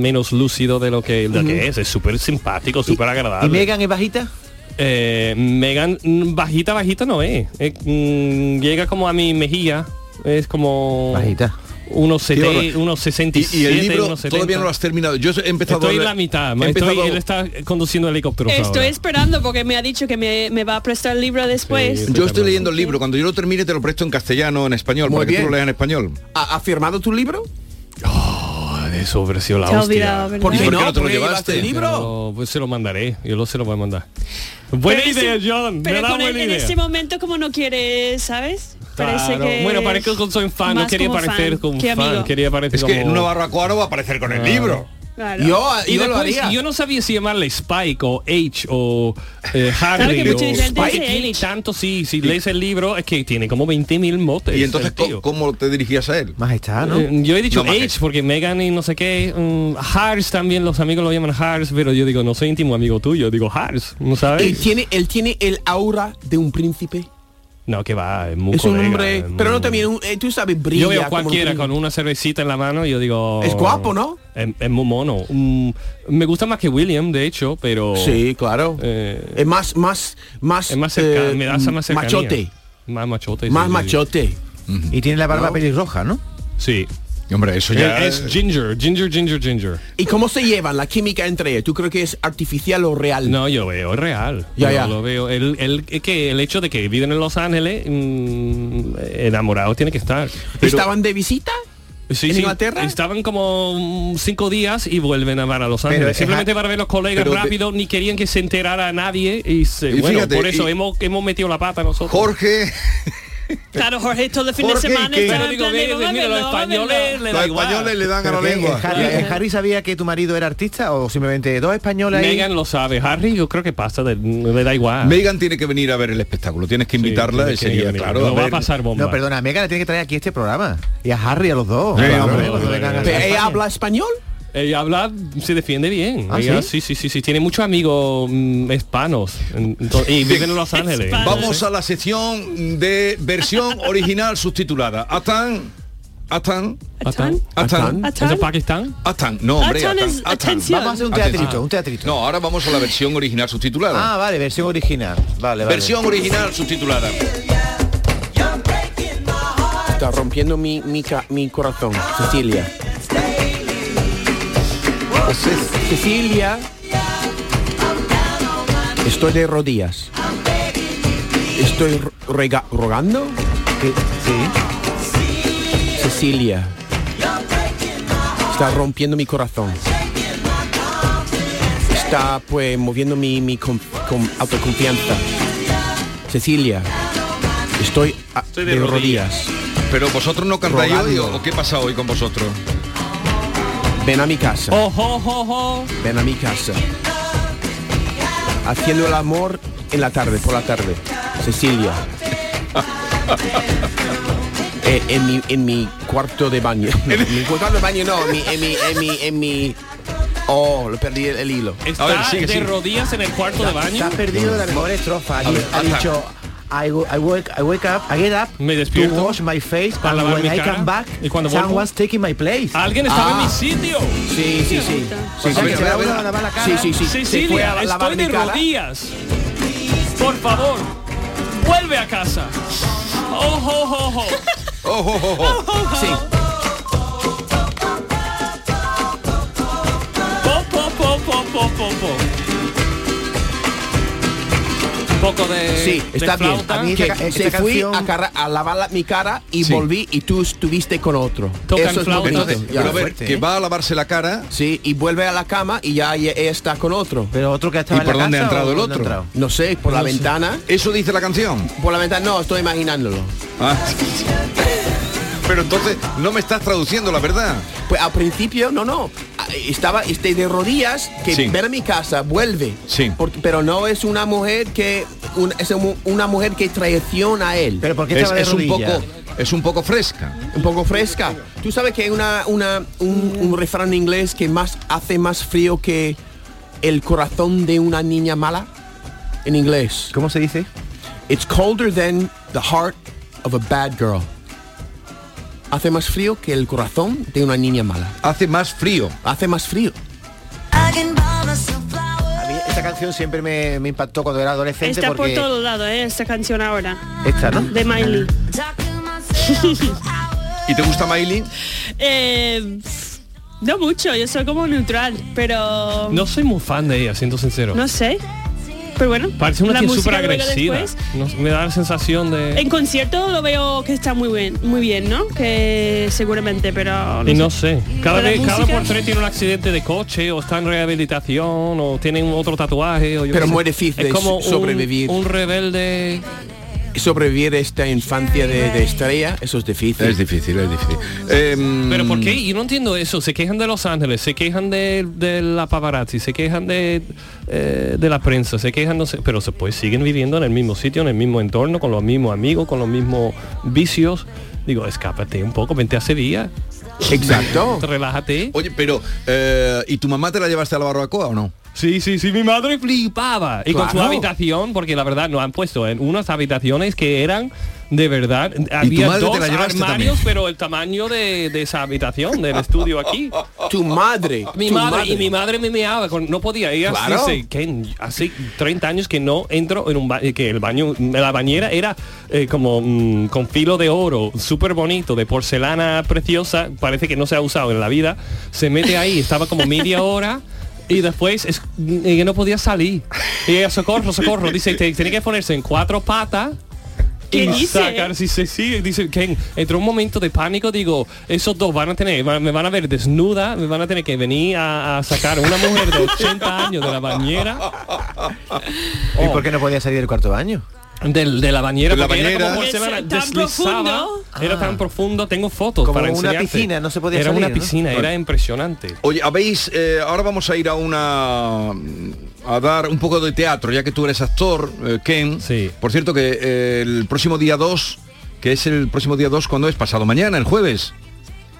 Speaker 14: menos lúcidos de lo que, lo que
Speaker 16: Ujú.
Speaker 14: es es súper simpático súper agradable
Speaker 16: ¿Y Megan es bajita?
Speaker 14: eh, Megan mm, bajita bajita no es Eh, mm, llega como a mi mejilla es como
Speaker 16: bajita
Speaker 14: unos,
Speaker 12: Sí,
Speaker 14: sete-
Speaker 12: bueno.
Speaker 14: unos 67
Speaker 12: Y, y el libro
Speaker 14: unos 70.
Speaker 12: todavía no lo has terminado. Yo he empezado
Speaker 14: Estoy
Speaker 12: a
Speaker 14: en
Speaker 12: leer-
Speaker 14: la mitad,
Speaker 12: he
Speaker 14: ma- estoy-
Speaker 12: empezado-
Speaker 14: él está conduciendo helicópteros
Speaker 13: Estoy
Speaker 14: ahora.
Speaker 13: esperando porque me ha dicho que me, me va a prestar el libro después.
Speaker 12: Yo estoy leyendo el libro. Cuando yo lo termine te lo presto en castellano, en español,
Speaker 15: Muy
Speaker 12: para que tú
Speaker 15: bien.
Speaker 12: lo leas en español.
Speaker 15: ¿Ha, ha firmado tu libro?
Speaker 14: Eso hubiera sido la
Speaker 15: Te ha
Speaker 14: hostia.
Speaker 15: olvidado, ¿verdad? ¿Por qué no? ¿Por qué llevaste el libro?
Speaker 14: Pero, pues se lo mandaré. Yo lo se lo voy a mandar. Buena
Speaker 13: Pero
Speaker 14: idea,
Speaker 13: ese-
Speaker 14: John. Me
Speaker 13: Pero
Speaker 14: da
Speaker 13: con
Speaker 14: buena
Speaker 13: él en
Speaker 14: idea.
Speaker 13: este momento como no quiere, ¿sabes? Parece
Speaker 14: Claro.
Speaker 13: que
Speaker 14: Bueno, parezco que soy fan. No
Speaker 13: más
Speaker 14: quería
Speaker 13: como
Speaker 14: parecer
Speaker 13: fan
Speaker 14: como
Speaker 13: que
Speaker 14: fan.
Speaker 13: amigo.
Speaker 14: Quería parecer
Speaker 12: Es que
Speaker 14: como-
Speaker 12: en una barbacoa no va a aparecer con el
Speaker 14: Ah.
Speaker 12: libro.
Speaker 13: Claro.
Speaker 14: y después, yo no sabía si llamarle Spike o H o eh,
Speaker 13: Claro que
Speaker 14: Harry
Speaker 13: mucha
Speaker 14: o
Speaker 13: gente dice
Speaker 14: Spike.
Speaker 13: H.
Speaker 14: Tiene tanto, sí, si lees el libro, es que tiene como 20.000 motes.
Speaker 12: Y entonces, ¿cómo, cómo te dirigías a él?
Speaker 16: Majestad,
Speaker 12: ¿no?
Speaker 14: Eh, Yo he dicho
Speaker 12: No,
Speaker 14: H porque Megan y no sé qué. mm, Hars también, los amigos lo llaman Hars, pero yo digo, no soy íntimo amigo tuyo, digo Hars, ¿no
Speaker 15: Él
Speaker 14: sabes?
Speaker 15: tiene, él tiene el aura de un príncipe.
Speaker 14: No, que va, es muy
Speaker 15: es un
Speaker 14: colega,
Speaker 15: hombre,
Speaker 14: es muy-
Speaker 15: pero no también, un- eh, tú sabes, brilla.
Speaker 14: Yo veo
Speaker 15: como un
Speaker 14: cualquiera
Speaker 15: príncipe.
Speaker 14: con una cervecita en la mano y yo digo...
Speaker 15: Es guapo, ¿no?
Speaker 14: Es, es muy mono. Mm, me gusta más que William, de hecho, pero... eh,
Speaker 15: Sí, claro. es más, más, más.
Speaker 14: Es más cerca,
Speaker 15: eh,
Speaker 14: me da esa más cercanía.
Speaker 15: Machote.
Speaker 14: Más machote. sí,
Speaker 15: Más
Speaker 14: sí, sí.
Speaker 15: machote.
Speaker 16: Y tiene la barba
Speaker 15: ¿No?
Speaker 16: pelirroja, ¿no?
Speaker 14: Sí.
Speaker 12: Hombre, eso
Speaker 14: ya-
Speaker 16: Eh,
Speaker 14: Es ginger, ginger, ginger, ginger.
Speaker 15: ¿Y cómo se llevan la química entre ellos? ¿Tú crees que es artificial o real?
Speaker 14: No, yo veo real.
Speaker 15: Ya,
Speaker 14: Yo
Speaker 15: ya.
Speaker 14: lo veo. El, el- es que el hecho de que viven en Los Ángeles, mm, enamorado tiene que estar.
Speaker 15: ¿Estaban de visita?
Speaker 14: Sí,
Speaker 15: en
Speaker 14: sí,
Speaker 15: Inglaterra?
Speaker 14: Estaban como mm, cinco días y vuelven a van a Los
Speaker 15: Pero
Speaker 14: Ángeles.
Speaker 15: es
Speaker 14: Simplemente
Speaker 15: a-
Speaker 14: para ver los colegas
Speaker 15: pero de-
Speaker 14: rápido, ni querían que se enterara nadie. Y, se-
Speaker 12: Y
Speaker 14: bueno,
Speaker 12: fíjate,
Speaker 14: por eso
Speaker 12: y-
Speaker 14: hemos, hemos metido la pata nosotros.
Speaker 12: Jorge.
Speaker 13: Claro, Jorge, todo el fin
Speaker 14: Jorge,
Speaker 13: de semana
Speaker 14: que-
Speaker 13: estaba en
Speaker 14: Pero digo,
Speaker 13: plan de,
Speaker 14: ve- ve,
Speaker 13: "Vamos a
Speaker 14: mira, los
Speaker 13: verlo, vamos a verlo".
Speaker 14: españoles le da igual.
Speaker 16: Pero que- eh, Harry, eh, Harry sabía que tu marido era artista o simplemente dos españolas ahí?
Speaker 14: Megan lo sabe. Harry, yo creo que pasa, de- le da igual.
Speaker 12: Megan tiene que venir a ver el espectáculo. Tienes que invitarla
Speaker 14: tiene que
Speaker 12: ese día,
Speaker 14: venir.
Speaker 12: claro.
Speaker 14: Lo va a
Speaker 12: ver.
Speaker 14: pasar bomba.
Speaker 16: No, perdona, a Megan le tiene que traer aquí este programa. Y a Harry, a los dos.
Speaker 14: Sí,
Speaker 16: Claro,
Speaker 14: hombre, eh, ah,
Speaker 16: cuando
Speaker 14: hombre,
Speaker 16: vengan a-
Speaker 14: hombre.
Speaker 16: a España.
Speaker 15: habla español?
Speaker 14: Ella habla, se defiende bien.
Speaker 16: ¿Ah,
Speaker 14: Ella-
Speaker 16: sí?
Speaker 14: sí? sí, sí, sí, Tiene muchos amigos mm, hispanos. en- ento- y viven en Los Ángeles.
Speaker 12: Vamos a la sección de versión original subtitulada. Atan. Atan.
Speaker 14: Atan.
Speaker 12: Atan.
Speaker 14: ¿Eso es Pakistán?
Speaker 12: Atan. No, hombre,
Speaker 14: Atan
Speaker 12: Atan.
Speaker 14: es-
Speaker 12: Atan.
Speaker 14: atención. Vamos a hacer un
Speaker 12: Atención.
Speaker 14: teatrito,
Speaker 16: un teatrito.
Speaker 12: No, ahora vamos a la versión original subtitulada.
Speaker 16: Ah, vale, versión original. Vale, vale.
Speaker 12: Versión original subtitulada.
Speaker 15: Está rompiendo mi, mi, ca- mi corazón, Cecilia. Ce- Cecilia, estoy de rodillas. Estoy ro- rega- rogando. Sí. Cecilia, está rompiendo mi corazón. Está pues moviendo mi, mi con, autoconfianza. Cecilia, estoy, a-
Speaker 12: Estoy
Speaker 15: de, rodillas.
Speaker 12: Pero vosotros no cantáis hoy
Speaker 15: Rogando.
Speaker 12: o o qué pasa hoy con vosotros?
Speaker 15: Ven a mi casa.
Speaker 14: Oh,
Speaker 15: Ven a mi casa. Haciendo el amor en la tarde, por la tarde. Cecilia. Eh, en, mi, en mi cuarto de baño. No, en mi cuarto de baño no, en mi, en mi, en mi, en mi- Oh, lo perdí el, el hilo.
Speaker 14: Está de rodillas en el cuarto de baño.
Speaker 16: Se ha perdido la mejor estrofa.
Speaker 14: A
Speaker 16: Allí
Speaker 14: ver,
Speaker 16: ha
Speaker 14: ata.
Speaker 16: dicho I, wo- I wake, I wake up, I get up,
Speaker 14: Me despierto.
Speaker 16: to wash my face,
Speaker 14: Para
Speaker 16: and
Speaker 14: lavar
Speaker 16: when
Speaker 14: mi
Speaker 16: I
Speaker 14: cara.
Speaker 16: come back,
Speaker 14: ¿Y cuando vuelvo?
Speaker 16: someone's taking my place.
Speaker 14: Alguien estaba
Speaker 16: Ah.
Speaker 14: en mi sitio.
Speaker 15: Sí, sí, sí.
Speaker 16: O sea, que se va uno a lavar la cara.
Speaker 15: Sí, sí, sí. Se fue
Speaker 14: Cecilia,
Speaker 15: a lavar
Speaker 14: estoy
Speaker 15: mi
Speaker 14: de
Speaker 15: cara.
Speaker 14: rodillas. Por favor, vuelve a casa. Ojo, ojo, ojo.
Speaker 12: Ojo, ojo,
Speaker 15: ojo. Sí.
Speaker 14: Po, po, po, po, po, po, po. poco de.
Speaker 15: Sí,
Speaker 14: de
Speaker 15: está bien.
Speaker 14: Eh, flauta.
Speaker 15: Que se fui a, cara- a lavar la- mi cara y
Speaker 14: Sí.
Speaker 15: volví y tú estuviste con otro. Eso es lo bonito.
Speaker 12: Entonces,
Speaker 15: Ya. ¿eh?
Speaker 12: pero a ver,
Speaker 14: ¿eh?
Speaker 12: que va a lavarse la cara.
Speaker 15: Sí, y vuelve a la cama y ya ella está con otro.
Speaker 16: Pero otro que
Speaker 12: estaba ¿Y en la por dónde casa ha entrado o el dónde ha otro? entrado?
Speaker 15: No sé, por la
Speaker 12: No sé.
Speaker 15: ventana.
Speaker 12: ¿Eso dice la canción?
Speaker 15: Por la ventana, no, estoy imaginándolo.
Speaker 12: Ah. Pero entonces no me estás traduciendo la verdad.
Speaker 15: Pues al principio, no, no. Ah, Estaba este, de rodillas, que
Speaker 12: Sí.
Speaker 15: ver a mi casa, vuelve.
Speaker 12: Sí.
Speaker 15: Porque- pero no es una mujer que... un- es un- una mujer que traiciona a él. Pero
Speaker 12: qué Es- estaba de es un rodillas? poco- es un poco fresca.
Speaker 15: Un poco fresca. Tú sabes que hay una, una, un, un refrán inglés que más hace más frío que el corazón de una niña mala. En inglés.
Speaker 16: ¿Cómo se dice?
Speaker 15: It's colder than the heart of a bad girl. Hace más frío que el corazón de una niña mala.
Speaker 12: Hace más frío.
Speaker 15: Hace más frío.
Speaker 16: A mí esta canción siempre me, me impactó cuando era adolescente
Speaker 13: Está por
Speaker 16: porque
Speaker 13: todos lados, ¿eh? esta canción ahora,
Speaker 16: esta, ¿no?
Speaker 13: de Miley.
Speaker 12: ¿Y te gusta Miley?
Speaker 13: Eh, no mucho, yo soy como neutral, pero
Speaker 14: No soy muy fan de ella, siendo sincero.
Speaker 13: no sé. Pero bueno,
Speaker 14: Parece una
Speaker 13: la
Speaker 14: tía
Speaker 13: música
Speaker 14: súper
Speaker 13: luego
Speaker 14: agresiva.
Speaker 13: después.
Speaker 14: No sé, me da la sensación de...
Speaker 13: En concierto lo veo que está muy bien, muy bien, ¿no? Que seguramente, pero
Speaker 14: Y no sé.
Speaker 13: Pero
Speaker 14: Cada,
Speaker 13: la
Speaker 14: vez, cada
Speaker 13: música-
Speaker 14: por tres tiene un accidente de coche o está en rehabilitación o tienen otro tatuaje. O yo
Speaker 15: Pero
Speaker 14: qué sé.
Speaker 15: muy difícil
Speaker 14: Es como un-
Speaker 15: sobrevivir.
Speaker 14: un rebelde.
Speaker 15: Sobrevivir esta infancia de, de estrella, eso es difícil. Em,
Speaker 12: Es difícil, es difícil.
Speaker 14: Pero ¿por
Speaker 12: Mm.
Speaker 14: qué? Yo no entiendo eso. Se quejan de Los Ángeles, se quejan de, de la paparazzi, se quejan de, eh, de la prensa, se quejan, no sé, pero se- pues siguen viviendo en el mismo sitio, en el mismo entorno, con los mismos amigos, con los mismos vicios. Digo, escápate un poco, vente a Sevilla.
Speaker 15: Exacto.
Speaker 14: Relájate.
Speaker 12: Oye, pero eh, ¿y tu mamá te la llevaste a la barbacoa o no?
Speaker 14: Sí, sí, sí, mi madre flipaba. Y con su
Speaker 12: Claro.
Speaker 14: habitación, porque la verdad nos han puesto en unas habitaciones que eran de verdad. Había
Speaker 12: madre te
Speaker 14: dos
Speaker 12: la
Speaker 14: armarios,
Speaker 12: llevaste también.
Speaker 14: pero el tamaño de, de esa habitación, del estudio aquí.
Speaker 15: Tu madre.
Speaker 14: Mi
Speaker 15: tu
Speaker 14: madre, y mi madre me meaba, con- no podía. Ella
Speaker 15: Claro.
Speaker 14: dice que hace 30 años que no entro en un baño, que el baño, la bañera era eh, como mm, con filo de oro, súper bonito, de porcelana preciosa, parece que no se ha usado en la vida. Se mete ahí, estaba como media hora. Y después es, ella no podía salir. Y ella, socorro, socorro. Dice, "Te- tiene que ponerse en cuatro patas
Speaker 13: ¿Qué
Speaker 14: y
Speaker 13: dice?
Speaker 14: sacar si se sigue dice Ken entró un momento de pánico digo esos dos van a tener van- me van a ver desnuda me van a tener que venir a, a sacar una mujer de 80 años de la bañera
Speaker 16: ¿Y por qué no podía salir del cuarto baño?
Speaker 14: Del, de la bañera,
Speaker 16: la
Speaker 14: porque era
Speaker 16: bañera.
Speaker 14: como porcelana,
Speaker 16: Tan
Speaker 14: deslizaba,
Speaker 16: profundo.
Speaker 14: era
Speaker 12: Ah.
Speaker 14: tan profundo, tengo fotos
Speaker 16: Como
Speaker 14: para
Speaker 16: una
Speaker 14: enseñarte.
Speaker 16: piscina, no se podía
Speaker 14: Era
Speaker 16: salir,
Speaker 14: una
Speaker 16: ¿no?
Speaker 14: piscina, era
Speaker 12: Vale.
Speaker 14: impresionante.
Speaker 12: Oye, habéis, eh, ahora vamos a ir a una a dar un poco de teatro, ya que tú eres actor, eh, Ken. Sí. Por cierto que eh, el próximo día 2, que es el próximo día 2, cuando es? Pasado mañana, el jueves.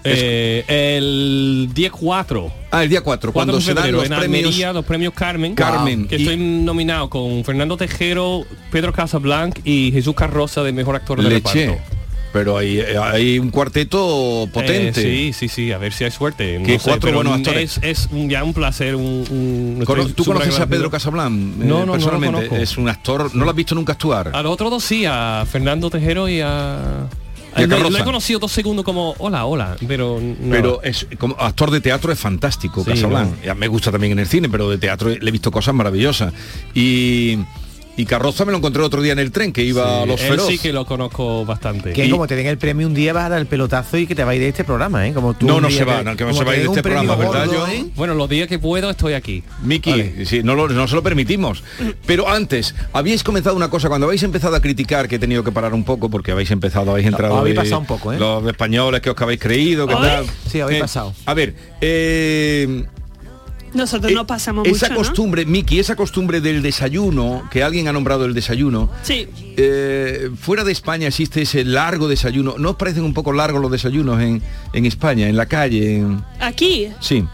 Speaker 14: Eh, el día 4.
Speaker 12: Ah, el día 4,
Speaker 14: 4
Speaker 12: cuando
Speaker 14: de
Speaker 12: se dan
Speaker 14: febrero,
Speaker 12: los
Speaker 14: en
Speaker 12: premios.
Speaker 14: Almería, los premios Carmen.
Speaker 12: Carmen.
Speaker 14: Que
Speaker 12: Y-
Speaker 14: estoy nominado con Fernando Tejero, Pedro Casablanc y Jesús Carroza de Mejor Actor de
Speaker 12: Leche.
Speaker 14: Reparto.
Speaker 12: Pero hay, hay un cuarteto potente.
Speaker 14: Eh, sí, sí, sí, a ver si hay suerte.
Speaker 12: Que
Speaker 14: sé,
Speaker 12: cuatro
Speaker 14: pero
Speaker 12: buenos
Speaker 14: un-
Speaker 12: actores.
Speaker 14: Es, es un- ya un placer, un... un-
Speaker 12: Cono-
Speaker 14: estoy
Speaker 12: ¿Tú conoces a
Speaker 14: superagradecido.
Speaker 12: Pedro Casablanc? eh,
Speaker 14: No, no, no lo
Speaker 12: personalmente.
Speaker 14: conozco.
Speaker 12: es un actor, no lo has visto nunca actuar.
Speaker 14: A los otros dos sí, a Fernando Tejero y a...
Speaker 12: Y a
Speaker 14: Le-
Speaker 12: Carroza.
Speaker 14: lo he conocido dos segundos como hola, hola, pero no.
Speaker 12: Pero es, como actor de teatro es fantástico,
Speaker 14: Sí,
Speaker 12: Casablanc. Ya Me gusta también en el cine, pero de teatro le he visto cosas maravillosas. Y, y Carroza me lo encontré otro día en el tren, que iba a Los
Speaker 14: él
Speaker 12: Feroz.
Speaker 14: sí que lo conozco bastante.
Speaker 16: Que
Speaker 14: Y-
Speaker 16: como te den el premio un día vas a dar el pelotazo y que te vais de este programa, ¿eh? Como tú
Speaker 12: No,
Speaker 16: un
Speaker 12: no
Speaker 16: día
Speaker 12: se va,
Speaker 16: que-
Speaker 12: no, que no
Speaker 16: como
Speaker 12: se va a
Speaker 16: te
Speaker 12: ir de
Speaker 16: den
Speaker 12: este
Speaker 16: un premio
Speaker 12: programa, ¿verdad,
Speaker 16: gordo,
Speaker 12: John?
Speaker 16: ¿eh?
Speaker 14: Bueno, los días que puedo estoy aquí.
Speaker 12: Miki, sí, no, lo- no se lo permitimos. Pero antes, habíais comenzado una cosa, cuando habéis empezado a criticar, que he tenido que parar un poco, porque habéis empezado, habéis entrado...
Speaker 16: habéis
Speaker 12: de
Speaker 16: pasado un poco, ¿eh?
Speaker 12: Los españoles que os que habéis creído, que
Speaker 13: ¿Hoy?
Speaker 12: tal.
Speaker 16: Sí, habéis
Speaker 12: Eh,
Speaker 16: pasado.
Speaker 12: A ver, eh,
Speaker 13: nosotros
Speaker 12: Eh,
Speaker 13: no pasamos
Speaker 12: esa
Speaker 13: mucho, ¿no?
Speaker 12: costumbre, Miki, esa costumbre del desayuno, que alguien ha nombrado el desayuno,
Speaker 13: Sí.
Speaker 12: eh, fuera de España existe ese largo desayuno. ¿No os parecen un poco largos los desayunos en, en España, en la calle? en-
Speaker 13: Aquí.
Speaker 12: Sí.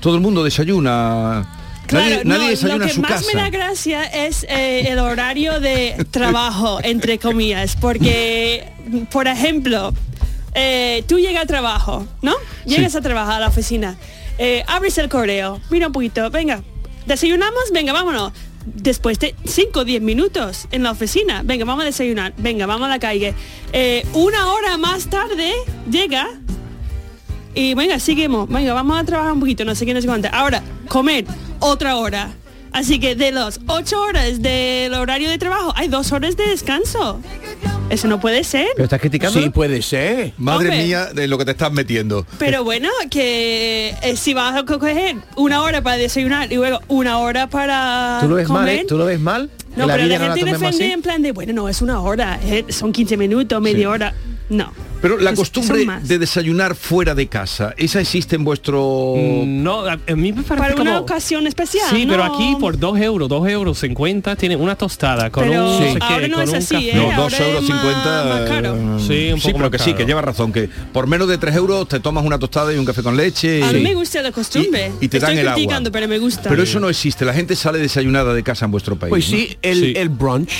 Speaker 12: Todo el mundo desayuna.
Speaker 13: Claro,
Speaker 12: nadie
Speaker 13: no,
Speaker 12: nadie desayuna
Speaker 13: lo
Speaker 12: en
Speaker 13: que
Speaker 12: su
Speaker 13: más
Speaker 12: casa.
Speaker 13: me da gracia es eh, el horario de trabajo, entre comillas, porque, por ejemplo, eh, tú llegas a trabajo, ¿no? Llegas a trabajar a la oficina, eh, abres el correo, mira un poquito, venga, desayunamos, venga, vámonos. Después de 5 o 10 minutos en la oficina, venga, vamos a desayunar, venga, vamos a la calle. Eh, una hora más tarde llega y venga, seguimos, venga, vamos a trabajar un poquito, no sé qué, no sé cuánto. Ahora, comer, otra hora. Así que de las ocho horas del horario de trabajo hay dos horas de descanso. Eso no puede ser.
Speaker 12: estás
Speaker 15: criticando? Sí, puede ser.
Speaker 12: Madre
Speaker 13: Hombre.
Speaker 12: mía de lo que te estás metiendo.
Speaker 13: Pero bueno, que eh, si vas a co- coger una hora para desayunar y luego una hora para
Speaker 16: ¿Tú lo ves mal? eh?
Speaker 13: comer,
Speaker 16: ¿Tú lo ves mal?
Speaker 13: No,
Speaker 16: ¿Que la
Speaker 13: pero
Speaker 16: vida
Speaker 13: la gente
Speaker 16: no la tomemos
Speaker 13: defiende
Speaker 16: así?
Speaker 13: en plan de, bueno, no, es una hora, eh, son 15 minutos, media hora. No.
Speaker 12: Pero la
Speaker 13: Es-
Speaker 12: costumbre
Speaker 13: son más.
Speaker 12: de desayunar fuera de casa, ¿esa existe en vuestro...?
Speaker 13: Mm.
Speaker 14: No, a a mí me parece
Speaker 13: Para una
Speaker 14: como-
Speaker 13: ocasión especial.
Speaker 14: Sí, pero
Speaker 13: no.
Speaker 14: aquí por 2 euros, 2 euros 50 tiene una tostada con
Speaker 13: Pero
Speaker 14: un no sé qué,
Speaker 13: ahora no
Speaker 14: con
Speaker 13: es
Speaker 14: un
Speaker 13: así,
Speaker 14: café.
Speaker 13: ¿eh? No,
Speaker 12: Dos euros
Speaker 13: Ah,
Speaker 12: cincuenta. eh,
Speaker 14: Sí, un poco
Speaker 12: pero
Speaker 14: más
Speaker 12: que sí,
Speaker 14: caro.
Speaker 12: que lleva razón, que por menos de tres euros te tomas una tostada y un café con leche.
Speaker 13: A
Speaker 12: Sí.
Speaker 13: mí me gusta la costumbre.
Speaker 12: Y- y te
Speaker 13: Estoy
Speaker 12: dan el agua.
Speaker 13: criticando, pero me gusta.
Speaker 12: Pero eso no existe, la gente sale desayunada de casa en vuestro país.
Speaker 15: Pues
Speaker 12: ¿no?
Speaker 15: sí, el, el brunch.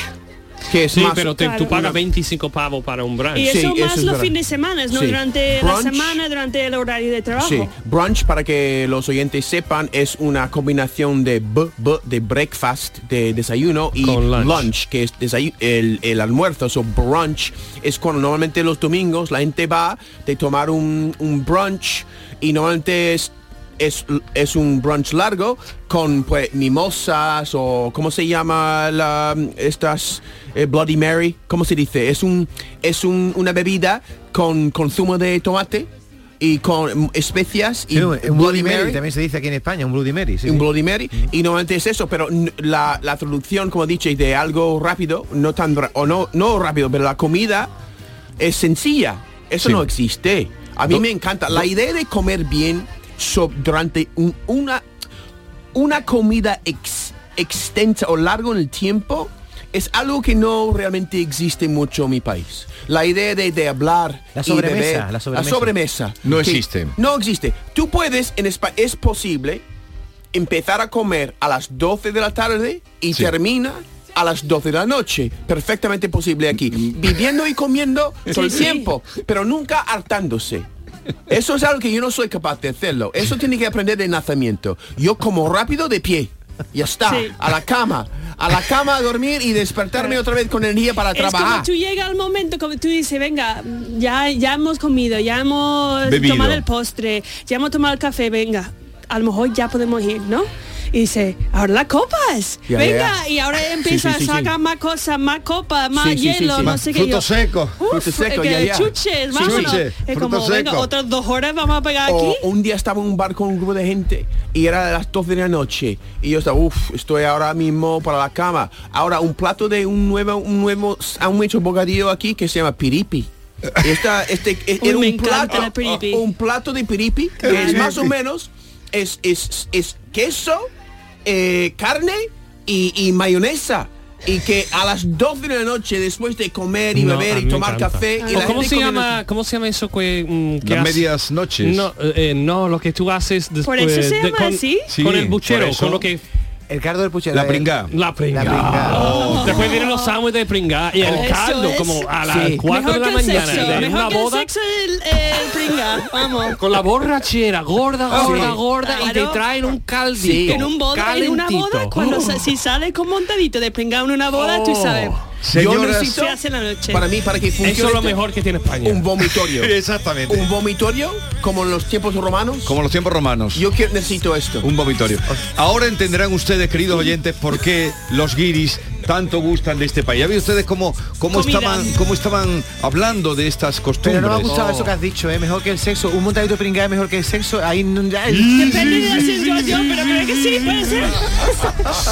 Speaker 15: Que es
Speaker 14: Sí,
Speaker 15: más-
Speaker 14: pero te- tú
Speaker 15: Claro.
Speaker 14: pagas 25 pavos para un brunch.
Speaker 13: Y eso más los
Speaker 15: verdad.
Speaker 13: fines de semana, ¿no?
Speaker 15: Sí.
Speaker 13: Durante
Speaker 15: Brunch.
Speaker 13: la semana, durante el horario de trabajo.
Speaker 15: Sí, brunch para que los oyentes sepan es una combinación de b, b de breakfast, de desayuno y
Speaker 14: Con lunch.
Speaker 15: lunch. que es desayu- el, el almuerzo, o brunch es cuando normalmente los domingos la gente va de tomar un, un brunch y normalmente es es, es un brunch largo con pues mimosas o cómo se llama la estas eh, Bloody Mary, ¿cómo se dice? Es un es un- una bebida con, con zumo de tomate y con mm, especias y
Speaker 16: Sí, un un Bloody Mary, también se dice aquí en España, un Bloody Mary. sí,
Speaker 15: un
Speaker 16: sí.
Speaker 15: Bloody Mary y normalmente es eso pero n- la, la traducción como dices de algo rápido no tan ra- o no no rápido pero la comida es sencilla eso
Speaker 12: Sí.
Speaker 15: no existe a mí
Speaker 12: Do-
Speaker 15: me encanta la
Speaker 12: do-
Speaker 15: idea de comer bien so- durante un- una una comida ex- extensa o largo en el tiempo es algo que no realmente existe mucho en mi país. La idea de, de hablar
Speaker 16: La
Speaker 15: y
Speaker 16: sobremesa,
Speaker 15: beber,
Speaker 16: la sobremesa.
Speaker 15: sobremesa,
Speaker 12: No
Speaker 15: que
Speaker 12: existe.
Speaker 15: No existe. Tú puedes en España es posible empezar a comer a las 12 de la tarde y termina a las 12 de la noche. Perfectamente posible aquí. Viviendo y comiendo todo el
Speaker 13: Sí, sí.
Speaker 15: tiempo, pero nunca hartándose. Eso es algo que yo no soy capaz de hacerlo. Eso tiene que aprender de nacimiento. Yo como rápido de pie. Ya está.
Speaker 13: Sí.
Speaker 15: A la cama. A la cama a dormir y despertarme otra vez con energía para
Speaker 13: Es
Speaker 15: trabajar.
Speaker 13: como tú llegas al momento, como tú dices, venga, ya, ya hemos comido, ya hemos
Speaker 15: Bebido.
Speaker 13: tomado el postre, ya hemos tomado el café, venga, a lo mejor ya podemos ir, ¿no? Y dice, ahora las copas,
Speaker 12: Ya,
Speaker 13: venga,
Speaker 12: ya.
Speaker 13: y ahora empieza
Speaker 12: Sí, sí, sí,
Speaker 13: a sacar más cosas, más copas, más
Speaker 12: Sí, sí, sí,
Speaker 13: hielo,
Speaker 12: sí.
Speaker 13: no
Speaker 12: Más
Speaker 13: sé qué.
Speaker 12: frutos
Speaker 13: yo,
Speaker 12: secos,
Speaker 13: "Uf, eh,
Speaker 15: frutos secos,
Speaker 13: que
Speaker 15: ya, ya".
Speaker 13: chuches,
Speaker 15: Sí,
Speaker 13: vámonos.
Speaker 15: chuches,
Speaker 13: es
Speaker 15: frutos
Speaker 13: como, venga,
Speaker 15: secos.
Speaker 13: otras dos horas vamos a pegar aquí.
Speaker 15: O un día estaba en un bar con un grupo de gente y era de las 12 de la noche y yo estaba, uff, estoy ahora mismo para la cama. Ahora un plato de un nuevo, un nuevo sándwich o bocadillo aquí que se llama piripi. Esta, este, e-
Speaker 13: Uy,
Speaker 15: era
Speaker 13: me
Speaker 15: un
Speaker 13: encanta
Speaker 15: plato, oh,
Speaker 13: la piripi.
Speaker 15: un plato de piripi que es
Speaker 13: Claro.
Speaker 15: más o menos es, es, es queso, eh, carne y, y mayonesa. Y que a las 12 de la noche, después de comer y
Speaker 14: No, a
Speaker 15: beber
Speaker 14: mí
Speaker 15: y
Speaker 14: me
Speaker 15: tomar
Speaker 14: encanta.
Speaker 15: café, y
Speaker 14: ¿O
Speaker 15: la
Speaker 14: ¿Cómo
Speaker 15: gente
Speaker 14: se
Speaker 15: comiendo-
Speaker 14: llama? ¿Cómo se llama eso que, mm, que
Speaker 12: Las
Speaker 14: haces?
Speaker 12: medias noches.
Speaker 14: No, eh, eh, no, lo que tú haces después
Speaker 13: Por eso se llama
Speaker 14: con,
Speaker 13: así.
Speaker 12: Sí,
Speaker 14: con el buchero,
Speaker 12: por eso.
Speaker 14: con lo que
Speaker 16: El cardo del puchero. ¿eh?
Speaker 12: La pringa.
Speaker 14: La pringa. Después vienen los sándwiches de pringa y el
Speaker 13: Eso
Speaker 14: caldo
Speaker 13: es.
Speaker 14: como a las
Speaker 13: Sí.
Speaker 14: 4 de la
Speaker 13: Mejor que el
Speaker 14: mañana
Speaker 13: sexo,
Speaker 14: en una
Speaker 13: mejor que el
Speaker 14: boda
Speaker 13: sexo el, el pringa, vamos.
Speaker 14: con la borrachera gorda,
Speaker 13: Sí.
Speaker 14: gorda, gorda y te
Speaker 13: Claro.
Speaker 14: traen un caldito.
Speaker 13: En un boda, en una boda,
Speaker 14: calentito. Uh. Oh.
Speaker 13: cuando sa- si sale con montadito de pringao en una boda, tú sabes.
Speaker 15: Yo
Speaker 13: Yo
Speaker 15: necesito-
Speaker 13: se hace en la noche.
Speaker 15: Oh. Para mí, para que funcione este
Speaker 14: Eso es lo
Speaker 15: esto,
Speaker 14: mejor que tiene España.
Speaker 15: Un vomitorio.
Speaker 12: Exactamente.
Speaker 15: Un vomitorio como en los tiempos romanos.
Speaker 12: Como los tiempos romanos.
Speaker 15: Yo que- necesito esto.
Speaker 12: Un vomitorio. Ahora entenderán ustedes, queridos oyentes, por qué los guiris tanto gustan de este país. ¿Ya visto ustedes cómo, cómo,
Speaker 16: Comida.
Speaker 12: estaban, cómo estaban hablando de estas costumbres?
Speaker 16: Pero no me ha gustado eso que has dicho, es mejor que el sexo. Un montadito de pringada es mejor que el sexo. Ahí no- ay.
Speaker 13: Depende de la situación, pero creo que sí, puede ser.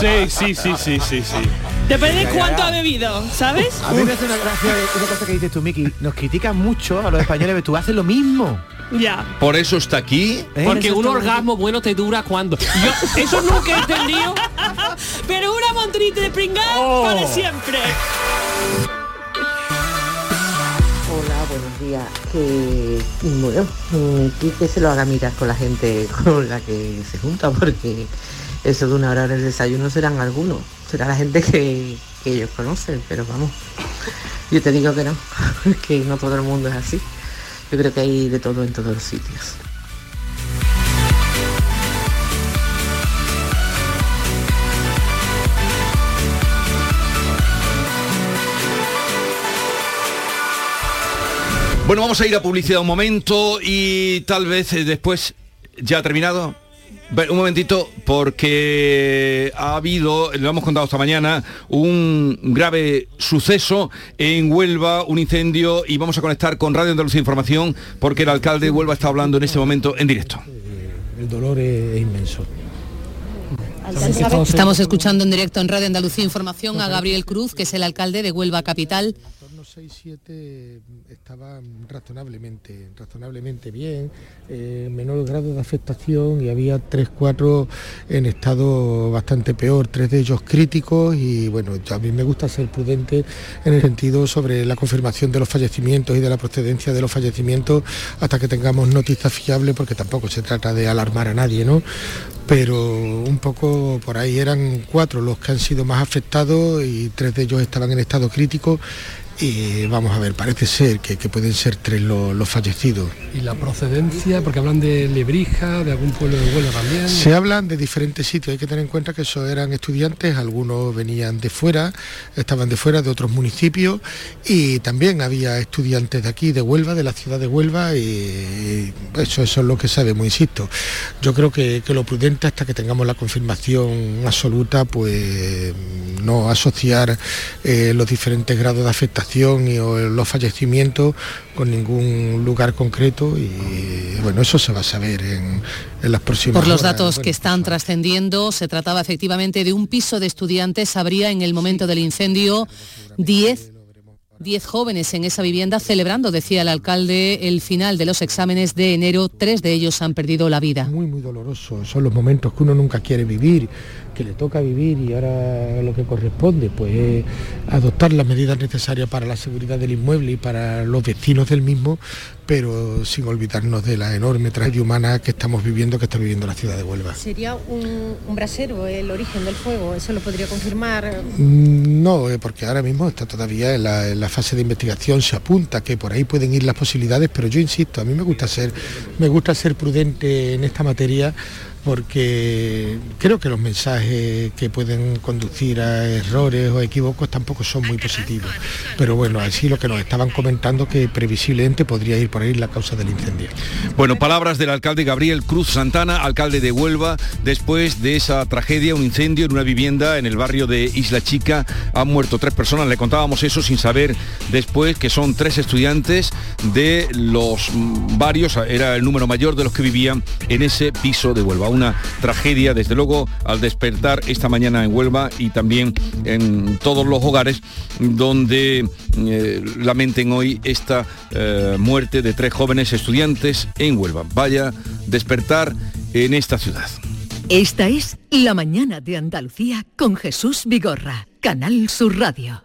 Speaker 14: Sí, sí, sí, sí, sí, sí.
Speaker 13: Depende de cuánto ha bebido, ¿sabes?
Speaker 16: A mí me hace una gracia una cosa que dices tú, Miki. Nos critican mucho a los españoles, pero tú haces lo mismo.
Speaker 13: Ya.
Speaker 12: Por eso está aquí.
Speaker 14: Porque un orgasmo bueno te dura cuando. Yo, eso nunca he entendido.
Speaker 13: Pero una montonita de
Speaker 14: Oh.
Speaker 13: pringao para siempre.
Speaker 18: Hola, buenos días. Que bueno, mm, que, que se lo haga mirar con la gente con la que se junta, porque eso de una hora en el desayuno serán algunos, será la gente que, que ellos conocen, pero vamos, yo te digo que no, que no todo el mundo es así. Yo creo que hay de todo en todos los sitios.
Speaker 12: Bueno, vamos a ir a publicidad un momento y tal vez eh, después ya ha terminado. Ve- Un momentito, porque ha habido, lo hemos contado esta mañana, un grave suceso en Huelva, un incendio, y vamos a conectar con Radio Andalucía Información, porque el alcalde de Huelva está hablando en este momento en directo.
Speaker 1: El dolor es, es inmenso.
Speaker 19: Estamos escuchando en directo en Radio Andalucía Información a Gabriel Cruz, que es el alcalde de Huelva Capital.
Speaker 1: torno 6-7 estaba razonablemente, razonablemente bien, eh, menor grado de afectación y había 3-4 en estado bastante peor, tres de ellos críticos y bueno, yo- a mí me gusta ser prudente en el sentido sobre la confirmación de los fallecimientos y de la procedencia de los fallecimientos hasta que tengamos noticias fiables porque tampoco se trata de alarmar a nadie, ¿no? Pero un poco por ahí eran cuatro los que han sido más afectados y tres de ellos estaban en estado crítico y vamos a ver, parece ser que, que pueden ser tres lo- los fallecidos.
Speaker 20: Y la procedencia, porque hablan de Lebrija, de algún pueblo de Huelva también.
Speaker 1: Se hablan de diferentes sitios, hay que tener en cuenta que esos eran estudiantes, algunos venían de fuera, estaban de fuera de otros municipios y también había estudiantes de aquí, de Huelva, de la ciudad de Huelva y eso, eso es lo que sabemos, insisto. Yo creo que, que lo prudente hasta que tengamos la confirmación absoluta, pues no asociar eh, los diferentes grados de afectación y o los fallecimientos con ningún lugar concreto y bueno, eso se va a saber en, en las próximas
Speaker 19: Por los
Speaker 1: horas.
Speaker 19: datos
Speaker 1: Bueno,
Speaker 19: que están trascendiendo, se trataba efectivamente de un piso de estudiantes. Habría en el momento del incendio 10 10 jóvenes en esa vivienda celebrando, decía el alcalde, el final de los exámenes de enero. Tres de ellos han perdido la vida.
Speaker 1: muy muy doloroso son los momentos que uno nunca quiere vivir que le toca vivir y ahora lo que corresponde pues es adoptar las medidas necesarias para la seguridad del inmueble y para los vecinos del mismo pero sin olvidarnos de la enorme tragedia humana que estamos viviendo que está viviendo la ciudad de Huelva
Speaker 21: Sería un, un brasero el origen del fuego, eso lo podría confirmar.
Speaker 1: Mm, No, eh, porque ahora mismo está todavía en la, en la fase de investigación, se apunta que por ahí pueden ir las posibilidades, pero yo insisto, a mí me gusta ser, me gusta ser prudente en esta materia porque creo que los mensajes que pueden conducir a errores o equívocos tampoco son muy positivos. Pero bueno, así lo que nos estaban comentando que previsiblemente podría ir por ahí la causa del incendio.
Speaker 12: Bueno, palabras del alcalde Gabriel Cruz Santana, alcalde de Huelva, después de esa tragedia, un incendio en una vivienda en el barrio de Isla Chica. Han muerto tres personas, le contábamos eso sin saber después que son tres estudiantes de los mm, varios, era el número mayor de los que vivían en ese piso de Huelva. Una tragedia, desde luego, al despertar esta mañana en Huelva y también en todos los hogares donde eh, lamenten hoy esta eh, muerte de tres jóvenes estudiantes en Huelva. Vaya despertar en esta ciudad.
Speaker 7: Esta es La Mañana de Andalucía con Jesús Vigorra, Canal Sur Radio.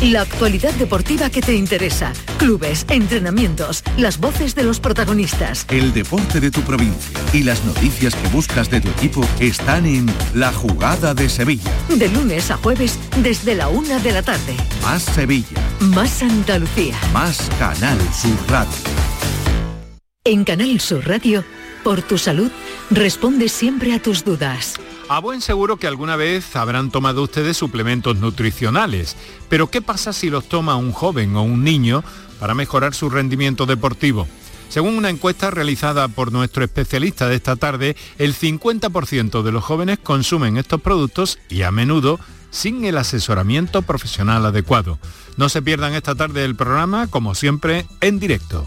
Speaker 7: La actualidad deportiva que te interesa. Clubes, entrenamientos, las voces de los protagonistas.
Speaker 11: El deporte de tu provincia y las noticias que buscas de tu equipo están en La Jugada de Sevilla.
Speaker 7: De lunes a jueves desde la una de la tarde.
Speaker 11: Más Sevilla,
Speaker 7: Más Andalucía.
Speaker 11: Más Canal Sur Radio.
Speaker 7: En Canal Sur Radio, por tu salud, responde siempre a tus dudas.
Speaker 2: A buen seguro que alguna vez habrán tomado ustedes suplementos nutricionales, pero ¿qué pasa si los toma un joven o un niño para mejorar su rendimiento deportivo? Según una encuesta realizada por nuestro especialista de esta tarde, el 50% de los jóvenes consumen estos productos y a menudo sin el asesoramiento profesional adecuado. No se pierdan esta tarde el programa, como siempre, en directo.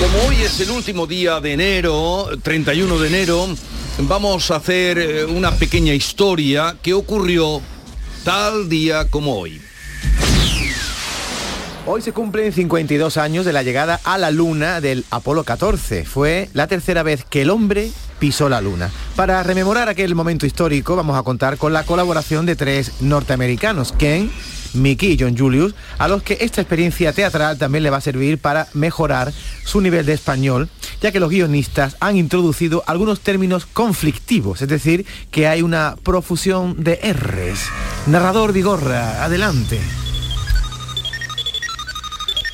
Speaker 12: Como hoy es el último día de enero, 31 de enero, vamos a hacer eh, una pequeña historia que ocurrió tal día como hoy.
Speaker 16: Hoy se cumplen 52 años de la llegada a la Luna del Apolo 14. Fue la tercera vez que el hombre pisó la Luna. Para rememorar aquel momento histórico vamos a contar con la colaboración de tres norteamericanos, Ken, Mickey y John Julius, a los que esta experiencia teatral también le va a servir para mejorar su nivel de español, ya que los guionistas han introducido algunos términos conflictivos, es decir, que hay una profusión de R's. Narrador Vigorra, adelante.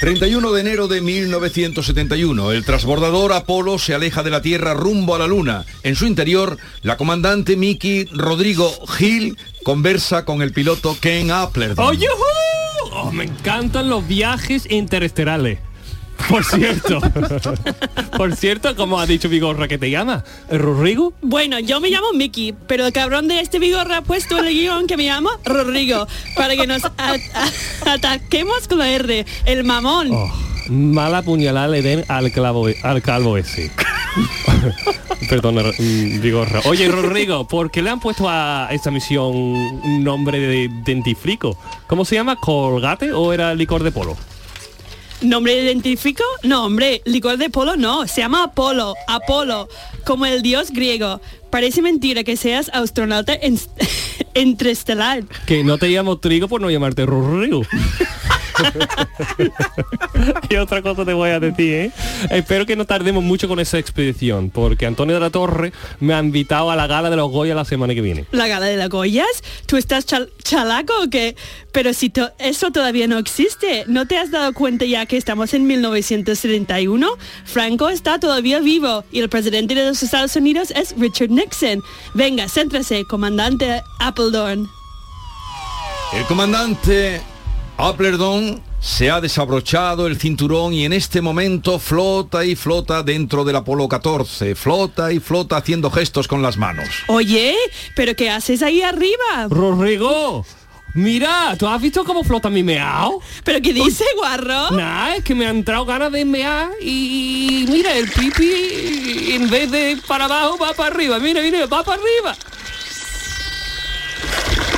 Speaker 12: 31 de enero de 1971, el transbordador Apolo se aleja de la Tierra rumbo a la Luna. En su interior, la comandante Mickey Rodrigo Hill conversa con el piloto Ken Applerdon.
Speaker 14: ¡Oh, yujú! Oh, me encantan los viajes interestelares. Por cierto, por cierto, como ha dicho Vigorra que te llama, eh, Rodrigo.
Speaker 13: Bueno, yo me llamo Mickey, pero el cabrón de este vigor ha puesto en el guión que me llama Rodrigo, para que nos a- a- ataquemos con la R, el mamón.
Speaker 14: Oh, mala puñalada le den al, clavo, al calvo ese. Perdona, mm, Vigorra. Oye, Rodrigo, ¿por qué le han puesto a esta misión un nombre de dentifrico? ¿Cómo se llama? ¿Colgate o era licor de polo?
Speaker 13: ¿Nombre identifico? No, hombre, licor de polo no, se llama Apolo, Apolo, como el dios griego. Parece mentira que seas astronauta en- interestelar.
Speaker 14: Que no te llamo trigo por no llamarte Rodrigo. y otra cosa te voy a decir, ¿eh? Espero que no tardemos mucho con esa expedición, porque Antonio de la Torre me ha invitado a la gala de los Goya la semana que viene.
Speaker 13: ¿La gala de las Goyas? ¿Tú estás chal- chalaco o qué? Pero si to- eso todavía no existe, ¿no te has dado cuenta ya que estamos en 1971? Franco está todavía vivo y el presidente de los Estados Unidos es Richard Nixon. Venga, céntrase, comandante Appledorn.
Speaker 12: El comandante Applerdon se ha desabrochado el cinturón y en este momento flota y flota dentro del Apolo 14. Flota y flota haciendo gestos con las manos.
Speaker 13: Oye, ¿pero qué haces ahí arriba?
Speaker 14: Rodrigo, mira, ¿tú has visto cómo flota mi meao?
Speaker 13: ¿Pero qué dice, guarro?
Speaker 14: Nada, es que me ha entrado ganas de mear y mira, el pipi en vez de para abajo va para arriba. Mira, mira, va para arriba.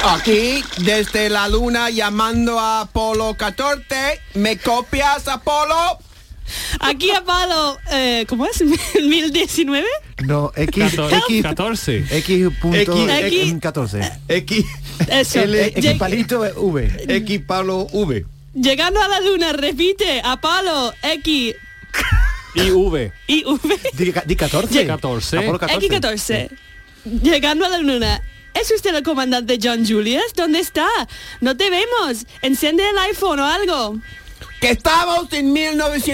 Speaker 15: Aquí, desde la luna, llamando a Apolo 14. ¿Me copias, Apolo?
Speaker 13: Aquí Apolo, eh, ¿cómo es? ¿1019?
Speaker 16: No, X, X,
Speaker 14: 14.
Speaker 16: X punto
Speaker 13: X,
Speaker 16: X,
Speaker 13: X.
Speaker 16: 14.
Speaker 12: X,
Speaker 13: Eso.
Speaker 16: L, X
Speaker 13: Lleg-
Speaker 16: palito V.
Speaker 12: X palo V.
Speaker 13: Llegando a la luna, repite, Apolo, X,
Speaker 14: Y V.
Speaker 13: Y V.
Speaker 16: Di, di Ah, 14.
Speaker 14: 14.
Speaker 16: Apolo
Speaker 13: X14. Llegando a la luna. ¿Es usted el comandante John Julius? ¿Dónde está? No te vemos. Enciende el iPhone o algo.
Speaker 15: Que estamos en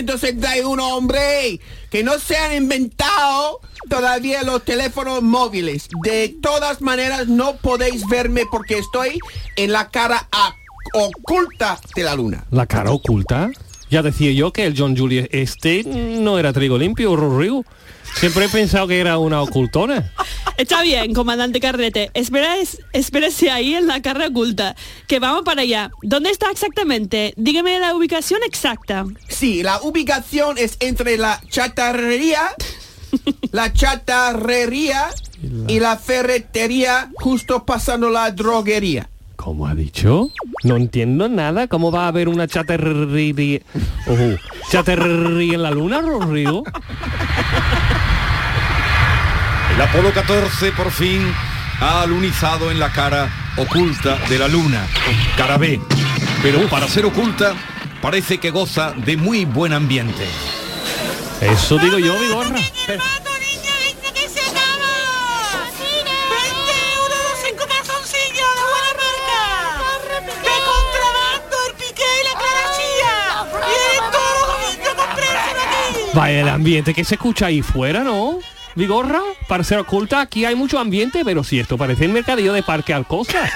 Speaker 15: 1971, hombre. Que no se han inventado todavía los teléfonos móviles. De todas maneras, no podéis verme porque estoy en la cara a- oculta de la luna.
Speaker 14: La cara oculta. Ya decía yo que el John Julius este no era trigo limpio, Rodrigo. Siempre he pensado que era una ocultona.
Speaker 13: Está bien, comandante Carrete. Espera, es- espérese ahí en la carrera oculta. Que vamos para allá. ¿Dónde está exactamente? Dígame la ubicación exacta.
Speaker 15: Sí, la ubicación es entre la chatarrería, la chatarrería y la ferretería, justo pasando la droguería.
Speaker 14: ¿Cómo ha dicho? No entiendo nada. ¿Cómo va a haber una chaterri... Ojo, chaterri en la luna, Rodrigo?
Speaker 12: El Apolo 14 por fin ha alunizado en la cara oculta de la luna, cara B. Pero para ser oculta parece que goza de muy buen ambiente.
Speaker 14: Eso digo yo, Vigorra.
Speaker 22: cinco calzoncillos de buena marca! ¡De contrabando, el piqué y la clarachía! ¡Y todos los domingos comprarse aquí!
Speaker 14: Vaya el ambiente que se escucha ahí fuera, ¿no? Vigorra, para ser oculta, aquí hay mucho ambiente, pero si esto parece el mercadillo de Parque Alcosa.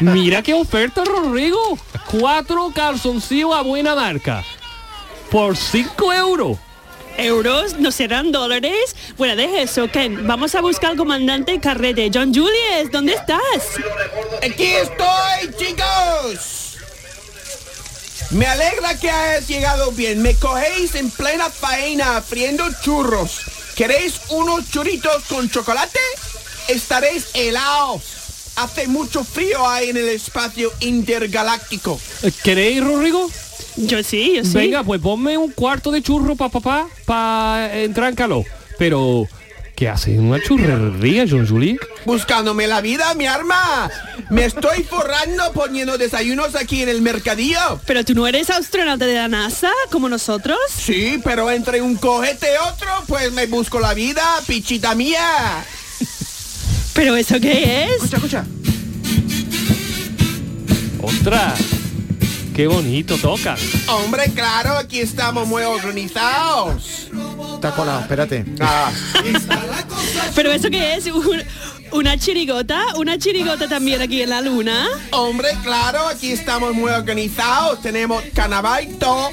Speaker 14: Mira qué oferta, Rodrigo. Cuatro calzoncillos a buena marca. Por cinco euros.
Speaker 13: euros, no serán dólares. Bueno, deje eso, Ken. Vamos a buscar al comandante Carrete. John Julius, ¿dónde estás?
Speaker 15: Aquí estoy, chicos. Me alegra que hayas llegado bien. Me cogéis en plena faena friendo churros. ¿Queréis unos churritos con chocolate? Estaréis helados. Hace mucho frío ahí en el espacio intergaláctico.
Speaker 14: ¿Queréis, Rodrigo?
Speaker 13: Yo sí, yo sí.
Speaker 14: Venga, pues ponme un cuarto de churro para papá, para entrar en calor. Pero, ¿qué hace en una churrería, John Julie?
Speaker 15: Buscándome la vida, mi arma. Me estoy forrando poniendo desayunos aquí en el mercadillo.
Speaker 13: Pero tú no eres astronauta de la NASA, como nosotros.
Speaker 15: Sí, pero entre un cojete y otro, pues me busco la vida, pichita mía.
Speaker 13: ¿Pero eso qué es?
Speaker 15: Escucha, escucha.
Speaker 14: ¡Ostras! ¡Qué bonito toca!
Speaker 15: Hombre, claro, aquí estamos muy organizados.
Speaker 16: Está colado, espérate.
Speaker 13: ¿Pero eso qué es? Un- ¿Una chirigota? ¿Una chirigota también aquí en la luna?
Speaker 15: Hombre, claro, aquí estamos muy organizados. Tenemos carnaval y todo.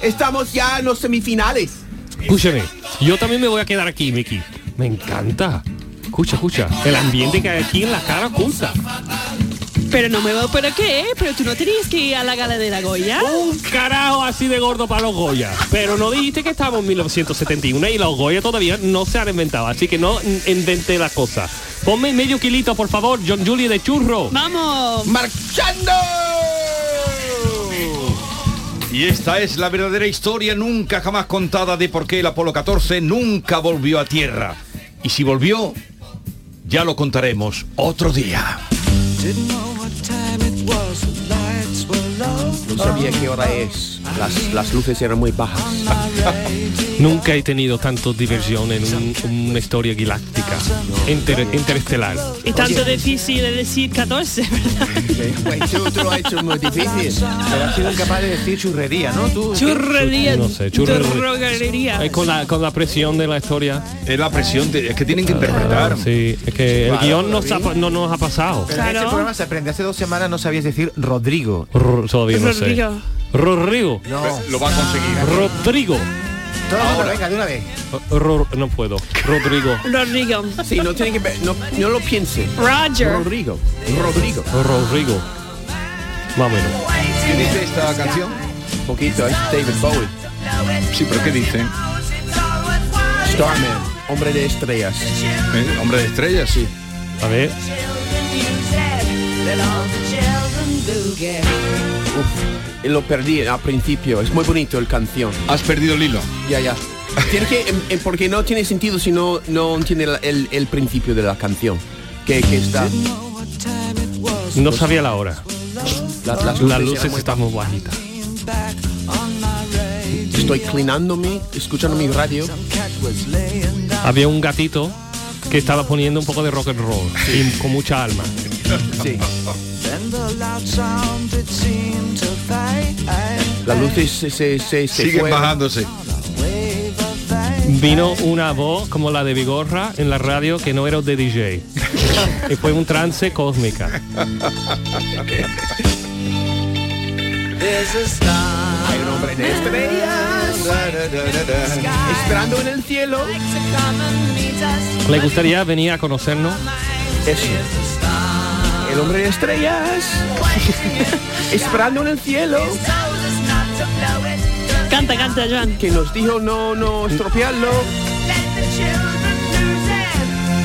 Speaker 15: Estamos ya en los semifinales.
Speaker 14: Escúchame, yo también me voy a quedar aquí, Mickey. Me encanta. Escucha, escucha. El ambiente que hay aquí en la cara oculta.
Speaker 13: Pero no me veo, ¿pero qué? ¿Pero tú no tenías que ir a la gala de la Goya?
Speaker 14: Un carajo así de gordo para los Goya. Pero no dijiste que estamos en 1971 y los Goya todavía no se han inventado. Así que no in- inventé la cosa. Ponme medio kilito, por favor, John Julie de churro.
Speaker 13: ¡Vamos!
Speaker 15: ¡Marchando!
Speaker 12: Y esta es la verdadera historia nunca jamás contada de por qué el Apolo 14 nunca volvió a Tierra. Y si volvió, ya lo contaremos otro día.
Speaker 3: Didn't know what time it was, the lights were low.
Speaker 15: No sabía qué hora es. Las, las luces eran muy bajas.
Speaker 14: Nunca he tenido tanto diversión en un- una historia galáctica, inter- interestelar.
Speaker 13: Y tanto difícil de decir 14, ¿verdad?
Speaker 15: tú, lo has hecho muy difícil.
Speaker 16: Pero has sido incapaz de decir churrería, ¿no? Tú,
Speaker 13: Churrería.
Speaker 14: No sé, churrería.
Speaker 13: Droguería.
Speaker 14: Es con la, con la presión de la historia.
Speaker 12: Es la presión, es que tienen que interpretar.
Speaker 14: sí, es que el
Speaker 16: Claro,
Speaker 14: guión nos,
Speaker 16: David.
Speaker 14: ha- no nos ha pasado.
Speaker 16: Pero en este programa se aprende. Hace dos semanas no sabías decir Rodrigo.
Speaker 14: Rrr, Todavía no sé. Rodrigo.
Speaker 12: Lo va a conseguir.
Speaker 14: Rodrigo.
Speaker 16: venga, de una vez.
Speaker 14: Ror- no puedo. Rodrigo.
Speaker 13: Rodrigo.
Speaker 15: Sí, no tiene que ver- no, no lo piense.
Speaker 13: Roger.
Speaker 15: Rodrigo. Rodrigo.
Speaker 14: Rodrigo. Más o menos.
Speaker 12: ¿Qué dice esta canción?
Speaker 15: Poquito, es David Bowie.
Speaker 12: Sí, pero ¿qué dice?
Speaker 15: Starman, hombre de estrellas.
Speaker 12: ¿Eh? Hombre de estrellas, sí.
Speaker 14: A ver.
Speaker 15: Y lo perdí al principio. Es muy bonito el canción.
Speaker 12: Has perdido el hilo.
Speaker 15: Ya, ya. Tiene que, em, em, porque no tiene sentido si no, no entiende la- el, el principio de la canción. Que, que está.
Speaker 14: No sabía la hora.
Speaker 15: La- las luces
Speaker 14: Las
Speaker 15: eran
Speaker 14: luces
Speaker 15: muy
Speaker 14: están muy bajitas.
Speaker 15: Estoy cleanándome, escuchando mi radio.
Speaker 14: Había un gatito que estaba poniendo un poco de rock and roll y con mucha alma.
Speaker 3: Then the loud sound it seemed to fade.
Speaker 15: Las luces se, se, se, se
Speaker 12: Siguen
Speaker 15: fueron.
Speaker 12: bajándose.
Speaker 14: Vino una voz como la de Vigorra en la radio que no era de DJ. y fue un trance cósmica.
Speaker 3: There's a star.
Speaker 15: Hay un hombre de estrellas. Esperando en el cielo.
Speaker 14: ¿Le gustaría venir a conocernos?
Speaker 15: Eso. El hombre de estrellas. Esperando en el cielo.
Speaker 13: Canta, canta, Joan.
Speaker 15: Que nos dijo no, no estropearlo.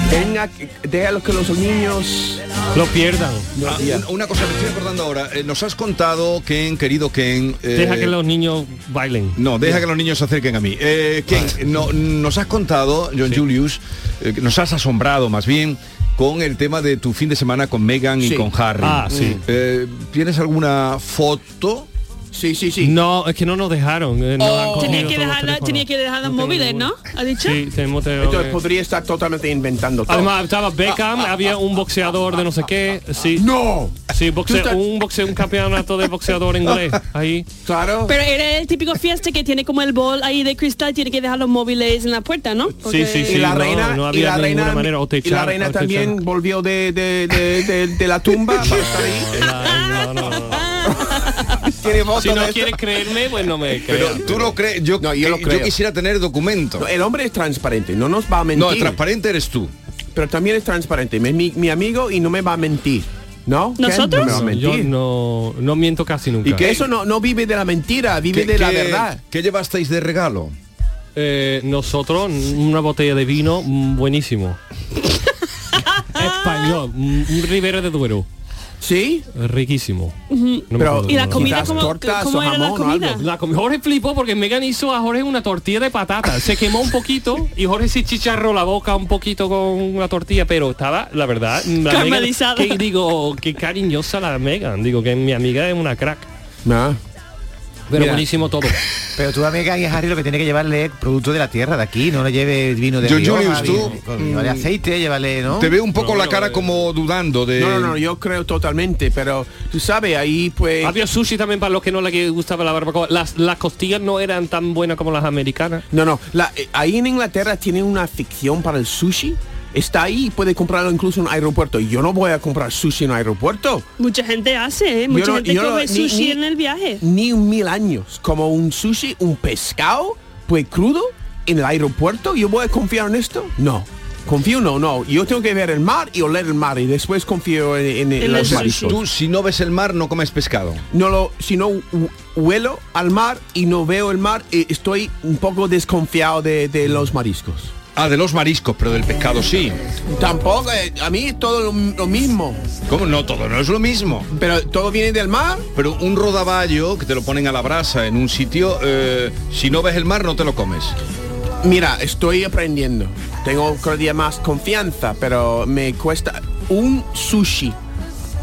Speaker 15: Tenga que- Déjalo que los niños
Speaker 14: lo pierdan.
Speaker 12: Ah, una- una cosa, me estoy acordando ahora. Eh, nos has contado, Ken, querido Ken... eh,
Speaker 14: Deja que los niños bailen.
Speaker 12: No, deja que los niños se acerquen a mí. Eh, Ken,
Speaker 15: Ah.
Speaker 12: no- nos has contado, John Julius, eh, que nos has asombrado más bien con el tema de tu fin de semana con Megan y
Speaker 14: Sí.
Speaker 12: con Harry.
Speaker 14: Ah, sí.
Speaker 12: Eh, ¿Tienes alguna foto?
Speaker 15: Sí, sí, sí.
Speaker 14: No, es que no nos dejaron. eh, no han
Speaker 13: Tenía que
Speaker 14: cogido todos los
Speaker 13: dejar, la-
Speaker 14: teléfonos.
Speaker 13: tenía que dejar los móviles, ¿no? ¿Ha dicho?
Speaker 14: Sí, tenemos tenemos
Speaker 15: Entonces
Speaker 14: que-
Speaker 15: podría estar totalmente inventando todo.
Speaker 14: Además estaba Beckham, había un boxeador de no sé qué, sí.
Speaker 15: No.
Speaker 14: Sí, boxeo,
Speaker 15: Tú estás-
Speaker 14: un boxeo, un campeonato de boxeador inglés ahí.
Speaker 15: Claro.
Speaker 13: Pero era el típico fiesta que tiene como el bol ahí de cristal, tiene que dejar los móviles en la puerta, ¿no? Porque-
Speaker 14: sí, sí,
Speaker 15: y la
Speaker 14: no,
Speaker 15: reina,
Speaker 14: no
Speaker 15: y
Speaker 14: había
Speaker 15: la
Speaker 14: de ninguna
Speaker 15: reina,
Speaker 14: manera, o te
Speaker 15: y la
Speaker 14: echaron,
Speaker 15: reina
Speaker 14: o te
Speaker 15: también
Speaker 14: echaron.
Speaker 15: volvió de, de, de, de- de la tumba para estar ahí. Tiene voz
Speaker 14: Si no
Speaker 15: de-
Speaker 14: quieres creerme, pues no me
Speaker 15: Pero
Speaker 14: creas.
Speaker 15: tú lo
Speaker 12: crees, yo,
Speaker 15: lo
Speaker 14: yo
Speaker 12: quisiera tener documento.
Speaker 15: el hombre es transparente, no nos va a mentir.
Speaker 12: No, el transparente eres tú.
Speaker 15: Pero también es transparente, es mi, mi amigo y no me va a mentir. ¿No? Ken? No me va a
Speaker 14: No, yo
Speaker 15: mentir.
Speaker 14: no, no miento casi nunca.
Speaker 15: Y que eso no, no vive de la mentira, vive
Speaker 14: ¿Qué-
Speaker 15: de la
Speaker 14: qué-
Speaker 15: verdad.
Speaker 12: ¿Qué llevasteis de regalo?
Speaker 14: Eh, nosotros una botella de vino mm, buenísimo. Español, mm, un Ribera de Duero.
Speaker 15: ¿Sí?
Speaker 14: Riquísimo.
Speaker 13: Ujú.
Speaker 14: me acuerdo
Speaker 13: y la
Speaker 14: del
Speaker 13: comida
Speaker 14: nombre.
Speaker 13: como ¿cómo era la comida.
Speaker 14: La comi- Jorge flipó porque Megan hizo a Jorge una tortilla de patata. Se quemó un poquito y Jorge se chicharró la boca un poquito con la tortilla, pero estaba, la verdad, la Megan-
Speaker 13: Caramelizada.
Speaker 14: que digo, que cariñosa la Megan. Digo que mi amiga es una crack. Pero
Speaker 16: Mira.
Speaker 14: buenísimo todo.
Speaker 16: Pero tú a Megan y a Harry lo que tiene que llevarle es producto de la tierra, de aquí, no le lleve vino de
Speaker 12: John
Speaker 16: Rioja,
Speaker 12: Julius,
Speaker 16: vino-
Speaker 12: tú,
Speaker 16: con- llévale
Speaker 12: mm,
Speaker 16: aceite, llévale, ¿no? eh.
Speaker 12: Te veo un poco la cara como dudando de...
Speaker 15: No, no, no, yo creo totalmente, pero tú sabes, ahí
Speaker 12: Eh,
Speaker 15: pues...
Speaker 14: Había sushi también para los que no les gustaba la barbacoa. Las, las costillas no eran tan buenas como las americanas.
Speaker 15: No, no, la- eh, ahí en Inglaterra tienen una afición para el sushi. Está ahí, puede comprarlo incluso en un aeropuerto. Yo no voy a comprar sushi en un aeropuerto.
Speaker 13: Mucha gente hace, ¿eh?
Speaker 15: Yo
Speaker 13: Mucha
Speaker 15: no-
Speaker 13: gente
Speaker 15: yo no-
Speaker 13: come
Speaker 15: ni-
Speaker 13: sushi
Speaker 15: ni-
Speaker 13: en el viaje.
Speaker 15: Ni un mil años. Como un sushi, un pescado, pues crudo, en el aeropuerto. ¿Yo voy a confiar en esto? No. Confío no, no. Yo tengo que ver el mar y oler el mar y después confío en, en, en
Speaker 12: O
Speaker 15: los
Speaker 12: sea,
Speaker 15: mariscos.
Speaker 12: tú si no ves el mar no comes pescado.
Speaker 15: no lo si no hu- huelo al mar y no veo el mar eh, estoy un poco desconfiado de, de los mariscos
Speaker 12: Ah, de los mariscos, pero del pescado sí.
Speaker 15: tampoco eh, a mí es todo lo, lo mismo
Speaker 12: ¿Cómo no todo? No es lo mismo.
Speaker 15: Pero todo viene del mar.
Speaker 12: Pero un rodaballo que te lo ponen a la brasa en un sitio, eh, si no ves el mar no te lo comes.
Speaker 15: mira estoy aprendiendo tengo cada día más confianza pero me cuesta un sushi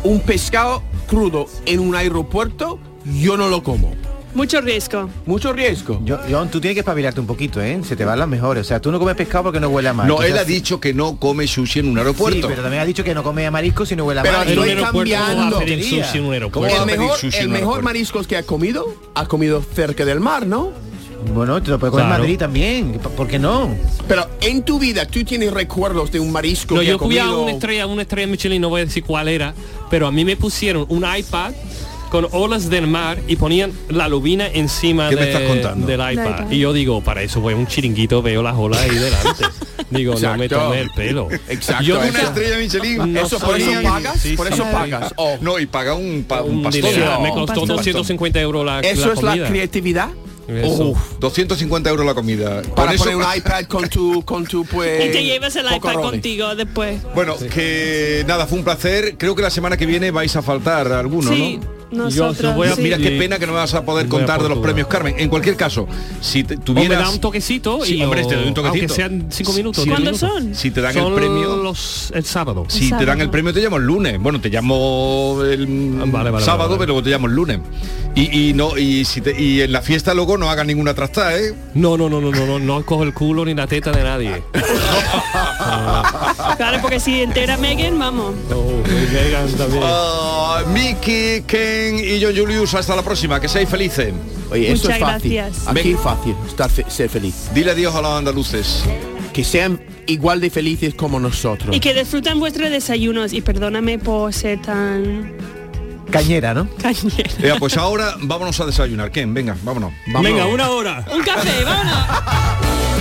Speaker 15: un pescado crudo en un aeropuerto yo no lo como
Speaker 13: mucho riesgo
Speaker 15: mucho riesgo
Speaker 16: yo, John, tú tienes que espabilarte un poquito, ¿eh? Se te van las mejores. O sea, tú no comes pescado porque no huele a mar.
Speaker 12: No, él
Speaker 16: Entonces,
Speaker 12: ha dicho que no come sushi en un
Speaker 16: Sí,
Speaker 12: aeropuerto.
Speaker 16: pero también ha dicho que no come a marisco si no huele a
Speaker 15: Pero
Speaker 16: mar.
Speaker 15: estoy cambiando. El mejor, el mejor mariscos que ha comido, ha comido cerca del mar, ¿no?
Speaker 16: Bueno, te lo puedes comer en
Speaker 15: Claro.
Speaker 16: Madrid también. ¿Por qué no?
Speaker 15: Pero en tu vida, ¿tú tienes recuerdos de un marisco
Speaker 14: No,
Speaker 15: que
Speaker 14: yo
Speaker 15: ha
Speaker 14: fui a
Speaker 15: comido?
Speaker 14: una estrella, una estrella Michelin, no voy a decir cuál era, pero a mí me pusieron un iPad con olas del mar y ponían la lubina encima
Speaker 12: ¿Qué me
Speaker 14: de-
Speaker 12: estás contando?
Speaker 14: del
Speaker 12: El
Speaker 14: iPad.
Speaker 12: iPad.
Speaker 14: Y yo digo, para eso voy a un chiringuito, veo las olas ahí delante. digo, no me
Speaker 12: Exacto.
Speaker 14: tomé el pelo.
Speaker 12: Exacto.
Speaker 14: Yo
Speaker 12: Yo una
Speaker 14: nunca-
Speaker 12: estrella Michelin.
Speaker 14: No soy- sí, sí.
Speaker 12: Oh, No, y paga un, pa- un
Speaker 14: Un
Speaker 12: pastón.
Speaker 14: dineral,
Speaker 12: No,
Speaker 14: me costó
Speaker 12: un pastón.
Speaker 14: 250 euros la, la comida.
Speaker 15: creatividad.
Speaker 14: Eso.
Speaker 12: Uf, 250 euros la comida. Con
Speaker 15: Para
Speaker 12: eso-
Speaker 15: poner un iPad con tu, con tu pues.
Speaker 13: y te llevas el iPad
Speaker 15: cocorrones.
Speaker 13: contigo después.
Speaker 12: Bueno, que nada, fue un placer. Creo que la semana que viene vais a faltar alguno,
Speaker 13: Sí,
Speaker 12: ¿no?
Speaker 13: nosotros, Yo os voy a- sí.
Speaker 12: Mira qué pena que no vas a poder
Speaker 14: Voy a
Speaker 12: contar de los
Speaker 14: Portugal.
Speaker 12: premios Carmen. En cualquier caso, si te- tuvieras...
Speaker 14: O me da un toquecito
Speaker 12: Sí,
Speaker 14: y
Speaker 12: hombre,
Speaker 14: o-
Speaker 12: te doy un toquecito.
Speaker 14: Aunque sean cinco
Speaker 12: Si-
Speaker 14: minutos.
Speaker 12: si-
Speaker 14: diez
Speaker 12: ¿Cuándo
Speaker 14: minutos.
Speaker 12: son? Si te dan el
Speaker 14: Son
Speaker 12: premio-
Speaker 14: los- el sábado.
Speaker 12: Si te dan el premio te llamo el lunes. Bueno, te llamo el mm,
Speaker 14: Ah, vale, vale,
Speaker 12: sábado,
Speaker 14: vale.
Speaker 12: pero te llamo el lunes. Y, y no y si te- y en la fiesta luego no hagas ninguna trastada, ¿eh?
Speaker 14: No, no, no, no, no, no, no cojo el culo ni la teta de nadie.
Speaker 13: Claro, porque si entera Megan, vamos.
Speaker 14: Oh, Megan también.
Speaker 12: Ah, Miki, Ken y John Julius, hasta la próxima. Que seáis felices.
Speaker 15: Oye, esto es
Speaker 13: Muchas
Speaker 15: fácil.
Speaker 13: gracias.
Speaker 15: Aquí
Speaker 12: Ven.
Speaker 15: es fácil estar fe- ser feliz.
Speaker 12: Dile adiós a los andaluces.
Speaker 15: Que sean igual de felices como nosotros.
Speaker 13: Y que disfrutan vuestros desayunos. Y perdóname por ser tan
Speaker 16: Cañera, ¿no?
Speaker 13: cañera.
Speaker 12: Eh, pues ahora vámonos a desayunar. Ken, venga, vámonos. vámonos.
Speaker 14: Venga, una hora.
Speaker 13: Un café, vámonos.